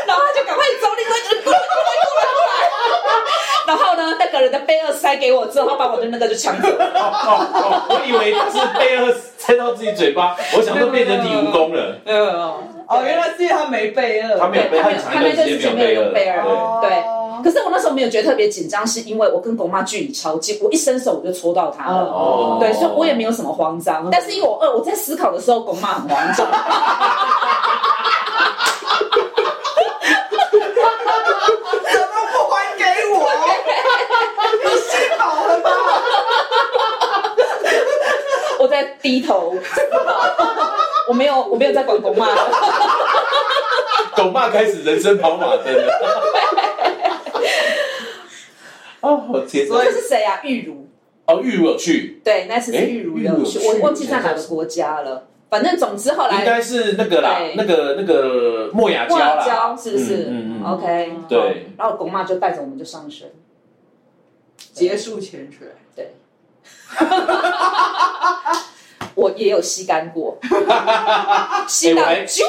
Speaker 5: 然后他就赶快走另外一个人过来，过来，过来，过来。然后呢，那个人的贝尔塞给我之后，他把我的那个就抢走了。
Speaker 1: 哦哦我以为是贝二塞到自己嘴巴，我想说变成体蜈�蚣了。
Speaker 3: 没有没有哦，原来是因为他没备二，
Speaker 1: 他没有贝，
Speaker 5: 他
Speaker 1: 他
Speaker 5: 没有
Speaker 1: 很长一段时间没有
Speaker 5: 他那段时间没有用贝
Speaker 1: 贝
Speaker 5: 二
Speaker 1: 二，对。
Speaker 5: 对可是我那时候没有觉得特别紧张，是因为我跟狗妈距离超近，我一伸手我就戳到他了。
Speaker 1: 哦
Speaker 5: 对，所以我也没有什么慌张，但是因为我呃饿，我在思考的时候，狗妈很慌张。
Speaker 3: 怎么不还给我？你心饱了吧？
Speaker 5: 我在低头，我没有，我没有在管狗骂。
Speaker 1: 董爸开始人生跑马灯 了。哦，我天哪！
Speaker 5: 这是谁啊？玉如。
Speaker 1: 哦，玉如有去，
Speaker 5: 对，那次是玉如
Speaker 1: 诶玉如
Speaker 5: 有
Speaker 1: 有
Speaker 5: 去，
Speaker 1: 去
Speaker 5: 我忘记在哪个国家了。反正总之后
Speaker 1: 应
Speaker 5: 来
Speaker 1: 该是那个啦
Speaker 5: 对，
Speaker 1: 那个那个莫雅娇
Speaker 5: 莫
Speaker 1: 啦，
Speaker 5: 尔娇是不是、
Speaker 1: 嗯嗯嗯
Speaker 5: o k
Speaker 1: 对。
Speaker 5: 然后龚妈就带着我们就上山，
Speaker 3: 结束潜水，
Speaker 5: 我也有吸干过，吸
Speaker 1: 我
Speaker 5: 到
Speaker 1: 还
Speaker 5: 啾，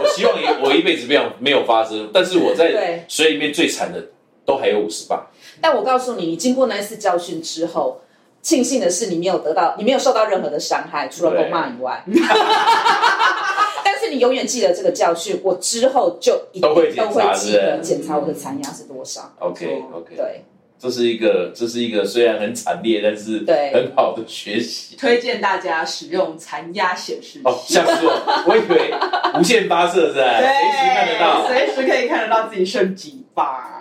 Speaker 1: 我希望一我一辈子没有没有发生，但是我
Speaker 5: 对
Speaker 1: 在水里面最惨的都还有五十八，
Speaker 5: 但我告诉你，你经过那一次教训之后。庆幸的是，你没有得到，你没有受到任何的伤害，除了
Speaker 1: 对
Speaker 5: 公骂以外。 但是你永远记得这个教训，我之后就一定
Speaker 1: 都会检
Speaker 5: 都
Speaker 1: 查
Speaker 5: 会记
Speaker 1: 是
Speaker 5: 得
Speaker 1: 不是
Speaker 5: 检查我的残压是多少。
Speaker 1: OK OK，
Speaker 5: 对
Speaker 1: 这是一个这是一个虽然很惨烈，但是
Speaker 5: 对
Speaker 1: 很好的学习。
Speaker 3: 推荐大家使用残压显示器。
Speaker 1: 哦，吓死我！我以为无限发射是吧？
Speaker 3: 对，
Speaker 1: 哦随时看得到。
Speaker 3: 随时可以看得到自己升级吧。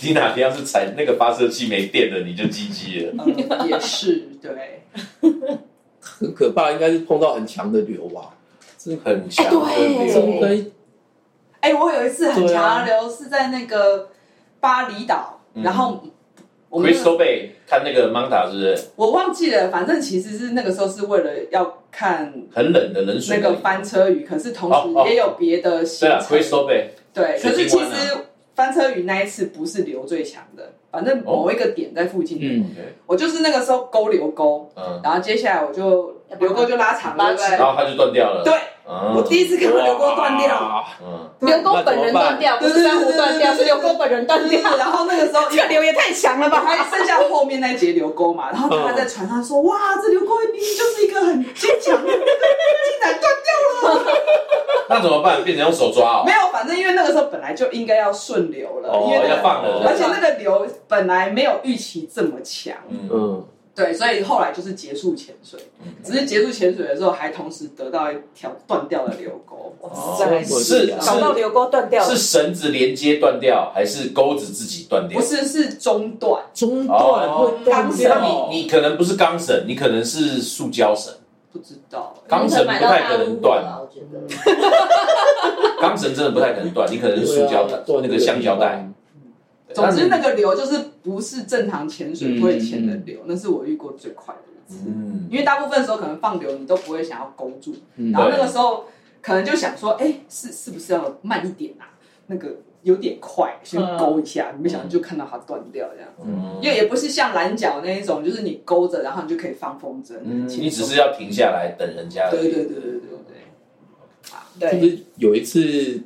Speaker 1: 你哪天要是踩那个发射器没电了，你就 GG 了。
Speaker 3: 嗯，也是对。
Speaker 7: 很可怕，应该是碰到很强的流吧，
Speaker 3: 嗯
Speaker 1: 是很强
Speaker 5: 哎对
Speaker 1: 的流。
Speaker 7: 应该
Speaker 3: 哎、我有一次很
Speaker 7: 对啊
Speaker 3: 强的流是在那个巴厘岛，
Speaker 1: 嗯
Speaker 3: 然后我们
Speaker 1: Crystal Bay 看那个 Manta 是不是
Speaker 3: 我忘记了，反正其实是那个时候是为了要看
Speaker 1: 很冷的冷水
Speaker 3: 那
Speaker 1: 里？
Speaker 3: 个翻车鱼，可是同
Speaker 1: 哦哦
Speaker 3: 时也有别的行
Speaker 1: 对啊
Speaker 3: 程。
Speaker 1: ，Crystal Bay
Speaker 3: 对，可是
Speaker 1: 水晶
Speaker 3: 其
Speaker 1: 湾啊
Speaker 3: 实翻车鱼那一次不是流最强的，反正
Speaker 1: 哦
Speaker 3: 某一个点在附近。
Speaker 7: 嗯，
Speaker 3: 我就是那个时候勾流钩，
Speaker 1: 嗯，
Speaker 3: 然后接下来我就
Speaker 5: 要不
Speaker 3: 流
Speaker 5: 要
Speaker 3: 钩就拉长了，
Speaker 5: 拉
Speaker 3: 对不
Speaker 5: 长
Speaker 1: 然
Speaker 3: 对？
Speaker 1: 后它就断掉了。
Speaker 3: 对，
Speaker 1: 嗯
Speaker 3: 我第一次看到流钩断掉。
Speaker 7: 哇，
Speaker 1: 嗯，
Speaker 5: 刘公哎本人断掉，不
Speaker 3: 对
Speaker 5: 是珊瑚断掉，
Speaker 3: 对对对对
Speaker 5: 是
Speaker 3: 对
Speaker 5: 刘公本人断
Speaker 3: 对
Speaker 5: 掉。
Speaker 3: 然后那个时候
Speaker 5: 这个流也太强了
Speaker 3: 我
Speaker 5: 吧！
Speaker 3: 还剩下后面那一节流钩嘛，然后他在船上说：“哇，这流钩明明就是一个很坚强的，竟然断掉了。
Speaker 1: 那怎么办？变成用手抓”哦
Speaker 3: 没。有，反正因为那个时候本来就应该要顺流了，
Speaker 1: 哦
Speaker 3: 因为那
Speaker 1: 要
Speaker 3: 个
Speaker 1: 放了
Speaker 3: 而且那个流本来没有预期这么强，
Speaker 1: 嗯，
Speaker 7: 嗯，
Speaker 3: 对，所以后来就是结束潜水，只是结束潜水的时候还同时得到一条断掉的流钩。
Speaker 1: 哦
Speaker 7: 是
Speaker 1: 是
Speaker 3: 啊
Speaker 5: 搞到
Speaker 1: 是
Speaker 5: 流沟断掉了
Speaker 1: 是，绳子连接断掉，还是钩子自己断掉
Speaker 3: 不？是，是中断，
Speaker 7: 中断会断
Speaker 3: 哦
Speaker 1: 那
Speaker 7: 掉，
Speaker 1: 你你可能不是钢绳，你可能是塑胶绳。
Speaker 3: 不知道。
Speaker 1: 钢绳不太可能断
Speaker 4: 了，我觉得。
Speaker 1: 钢绳真的不太可能断，你可能是塑胶带，
Speaker 7: 断
Speaker 1: 那个橡胶带。，对
Speaker 3: 啊总之，那个流就是不是正常潜水会潜的
Speaker 7: 嗯嗯嗯
Speaker 3: 流，那是我遇过最快的一次。
Speaker 1: 嗯，
Speaker 3: 因为大部分时候可能放流你都不会想要勾住，
Speaker 7: 嗯
Speaker 3: 然后那个时候可能就想说，哎、是是不是要慢一点啊？那个有点快，先勾一
Speaker 7: 嗯
Speaker 3: 下，没想到就看到它断掉这样。
Speaker 1: 嗯
Speaker 3: 因为也不是像蓝角那一种，就是你勾着，然后你就可以放风筝。
Speaker 1: 嗯，
Speaker 3: 轻松
Speaker 1: 你只是要停下来等人家而
Speaker 3: 对
Speaker 1: 已。
Speaker 3: 对对对对对
Speaker 7: 是不
Speaker 5: 对，
Speaker 7: 是有一次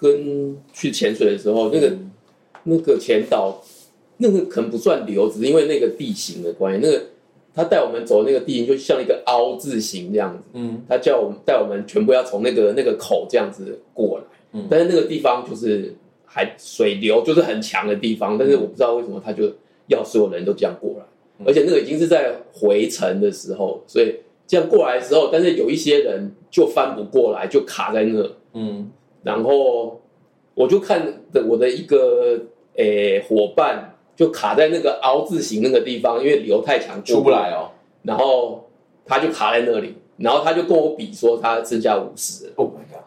Speaker 7: 跟去潜水的时候，那个那个前导，那个可能不算流，只是因为那个地形的关系，那个他带我们走那个地形就像一个凹字形这样子，
Speaker 1: 嗯，
Speaker 7: 他叫我们带我们全部要从那个那个口这样子过来，
Speaker 1: 嗯
Speaker 7: 但是那个地方就是还水流就是很强的地方，但是我不知道为什么他就要所有人都这样过来，
Speaker 1: 嗯
Speaker 7: 而且那个已经是在回程的时候，所以这样过来的时候，但是有一些人就翻不过来，就卡在那。
Speaker 1: 嗯，
Speaker 7: 然后我就看着我的一个诶、伙伴，就卡在那个凹字形那个地方，因为流太强
Speaker 1: 出不，来哦。
Speaker 7: 然后他就卡在那里，然后他就跟我比说他剩下五十，
Speaker 1: Oh my god！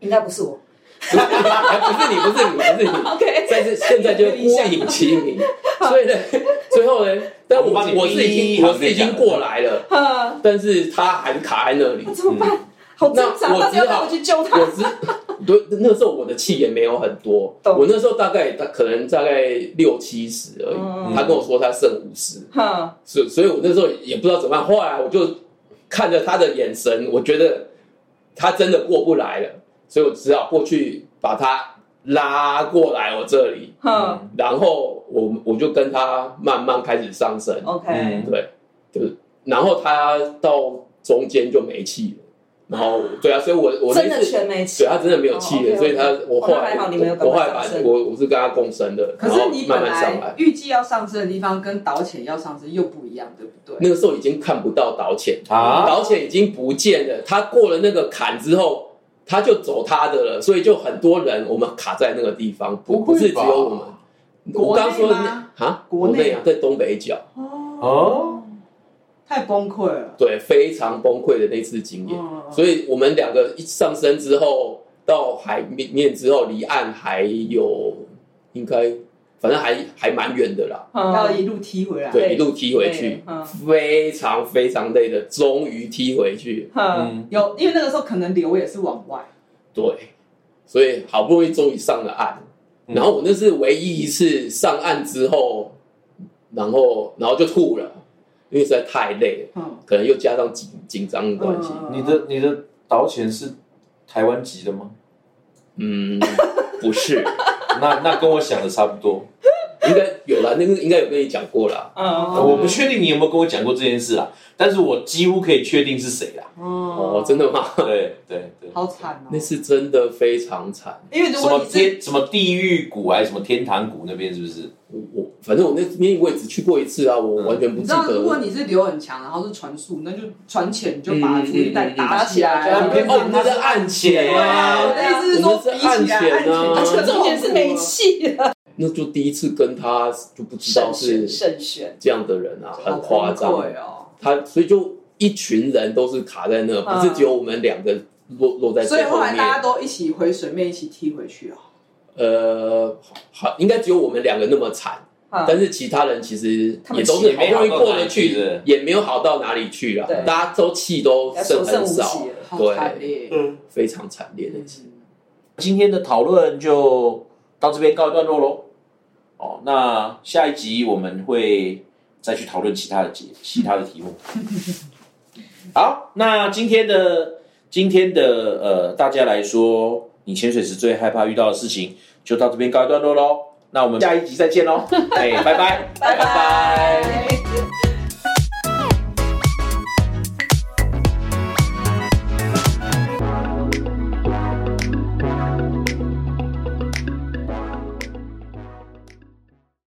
Speaker 5: 应该不是我。
Speaker 7: 不是你，不是你，不是你。
Speaker 5: OK，
Speaker 7: 但是现在就是孤影其名，所以 呢，最后呢，但我
Speaker 1: 我帮你
Speaker 7: 我是已
Speaker 1: 逼
Speaker 7: 经我是已经过来了，
Speaker 5: 啊，
Speaker 7: 但是他还是卡在那里。嗯
Speaker 5: 怎么办？好挣扎，
Speaker 7: 那我
Speaker 5: 到底要
Speaker 7: 只
Speaker 5: 不
Speaker 7: 好
Speaker 5: 要去救他？
Speaker 7: 我只 对那时候我的气也没有很多，
Speaker 5: 懂
Speaker 7: 我那时候大概大可能大概六七十而
Speaker 5: 嗯
Speaker 7: 已。他跟我说他剩五十，
Speaker 5: 哈，
Speaker 7: 所以所以我那时候也不知道怎么办。后来我就看着他的眼神，我觉得他真的过不来了，所以我只好过去把他拉过来我这里。
Speaker 5: 哈
Speaker 7: 然后我我就跟他慢慢开始上升，
Speaker 1: 嗯
Speaker 5: ，OK，
Speaker 7: 对，就是，然后他到中间就没气了，然后对啊，所以我我
Speaker 5: 真
Speaker 7: 那
Speaker 5: 的
Speaker 7: 次
Speaker 5: 全没
Speaker 7: 对啊
Speaker 5: 吃。
Speaker 7: 他真的没有气了，
Speaker 5: 哦，OK，OK
Speaker 7: 所以他我后
Speaker 5: 哦那
Speaker 7: 来
Speaker 5: 还好你没有赶快
Speaker 7: 我后来把
Speaker 5: 上升
Speaker 7: 我我是跟他共生的，
Speaker 3: 可
Speaker 7: 然后
Speaker 3: 是你
Speaker 7: 慢
Speaker 3: 本
Speaker 7: 慢上
Speaker 3: 来
Speaker 7: 来，
Speaker 3: 预计要上升的地方跟导潜要上升又不一样，对不对？
Speaker 7: 那个时候已经看不到导潜，
Speaker 1: 啊，
Speaker 7: 导潜已经不见了，他过了那个坎之后。他就走他的了，所以就很多人我们卡在那个地方，不不是只有我们。我
Speaker 3: 国
Speaker 7: 刚
Speaker 3: 内
Speaker 7: 说的
Speaker 3: 吗？
Speaker 7: 那啊，
Speaker 3: 国内
Speaker 7: 内啊，在东北角，
Speaker 1: 哦，
Speaker 3: 太崩溃了。
Speaker 7: 对，非常崩溃的那次经验。
Speaker 3: 嗯
Speaker 7: 所以我们两个一上升之后，到海面面之后，离岸还有应该，反正还还蛮远的啦。
Speaker 3: 要
Speaker 5: 嗯
Speaker 3: 一路踢回来。
Speaker 7: 对，一路踢回去，
Speaker 5: 嗯
Speaker 7: 非常非常累的，终于踢回去。
Speaker 5: 哈，
Speaker 1: 嗯，
Speaker 3: 有，因为那个时候可能流也是往外，
Speaker 7: 对，所以好不容易终于上了岸。
Speaker 1: 嗯
Speaker 7: 然后我那是唯一一次上岸之后，然后然后就吐了，因为实在太累了，
Speaker 3: 嗯，
Speaker 7: 可能又加上紧紧张的关系。
Speaker 3: 嗯
Speaker 1: 你的你的导潜是台湾籍的吗？
Speaker 7: 嗯，不是，
Speaker 1: 那那跟我想的差不多。
Speaker 7: 应该有啦，那个应该有跟你讲过啦。
Speaker 3: 哦
Speaker 5: 嗯，
Speaker 1: 我不确定你有没有跟我讲过这件事啊，但是我几乎可以确定是谁啦。
Speaker 7: 哦
Speaker 3: 哦，
Speaker 7: 真的吗？
Speaker 1: 对对对，
Speaker 3: 好惨哦
Speaker 7: 那。是真的非常惨。
Speaker 3: 因为如
Speaker 1: 什
Speaker 3: 果
Speaker 1: 么
Speaker 3: 你是
Speaker 1: 天什么地狱谷还是什么天堂谷那边是不是？
Speaker 7: 我我反正我那边我也只去过一次啊，我
Speaker 1: 嗯
Speaker 7: 完全不
Speaker 3: 你
Speaker 7: 记
Speaker 3: 知道，
Speaker 7: 得。
Speaker 3: 如果你是流很强，然后是传速，那就传浅你就把浮力带
Speaker 5: 嗯嗯嗯
Speaker 3: 打
Speaker 5: 嗯
Speaker 3: 起来。
Speaker 5: 打起来
Speaker 3: 然后
Speaker 7: 哦，你那是暗潜
Speaker 3: 对啊，我
Speaker 7: 啊，
Speaker 3: 的意思是
Speaker 7: 我
Speaker 3: 说
Speaker 7: 们是
Speaker 3: 比起来，
Speaker 7: 暗潜啊
Speaker 3: 暗潜就
Speaker 5: 重点是没气了。
Speaker 7: 那就第一次跟他就不知道
Speaker 5: 慎
Speaker 7: 是
Speaker 5: 选，慎选。
Speaker 7: 这样的人啊，很
Speaker 3: 好
Speaker 7: 夸张。
Speaker 3: 崩溃哦。
Speaker 7: 他所以就一群人都是卡在那，不是只有我们两个落落在
Speaker 3: 所以
Speaker 7: 最
Speaker 3: 后
Speaker 7: 后
Speaker 3: 来大家
Speaker 7: 面。
Speaker 3: 都一起回水面，一起踢回去哦。
Speaker 7: 呃，好，应该只有我们两个那么惨，
Speaker 5: 哈，
Speaker 7: 但是其他人其实
Speaker 5: 他们
Speaker 7: 也都
Speaker 1: 气
Speaker 7: 是
Speaker 1: 也
Speaker 7: 好
Speaker 1: 没
Speaker 7: 不容易
Speaker 1: 好到
Speaker 7: 过
Speaker 1: 哪
Speaker 7: 得
Speaker 1: 里去
Speaker 7: 去
Speaker 1: 的，
Speaker 7: 也没有好到哪里去啦啊
Speaker 5: 对。
Speaker 7: 大家都气都
Speaker 5: 要所
Speaker 7: 剩
Speaker 5: 剩
Speaker 7: 很
Speaker 5: 无
Speaker 7: 少
Speaker 5: 几，了。
Speaker 3: 好惨烈。
Speaker 1: 嗯，
Speaker 7: 非常惨烈的。
Speaker 1: 今天的讨论就到这边告一段落喽。哦，那下一集我们会再去讨论其他的节其他的题 目。好，那今天的今天的呃，大家来说，你潜水时最害怕遇到的事情，就到这边告一段落喽。那我们下一集再见喽，哎，拜拜，
Speaker 5: 拜拜。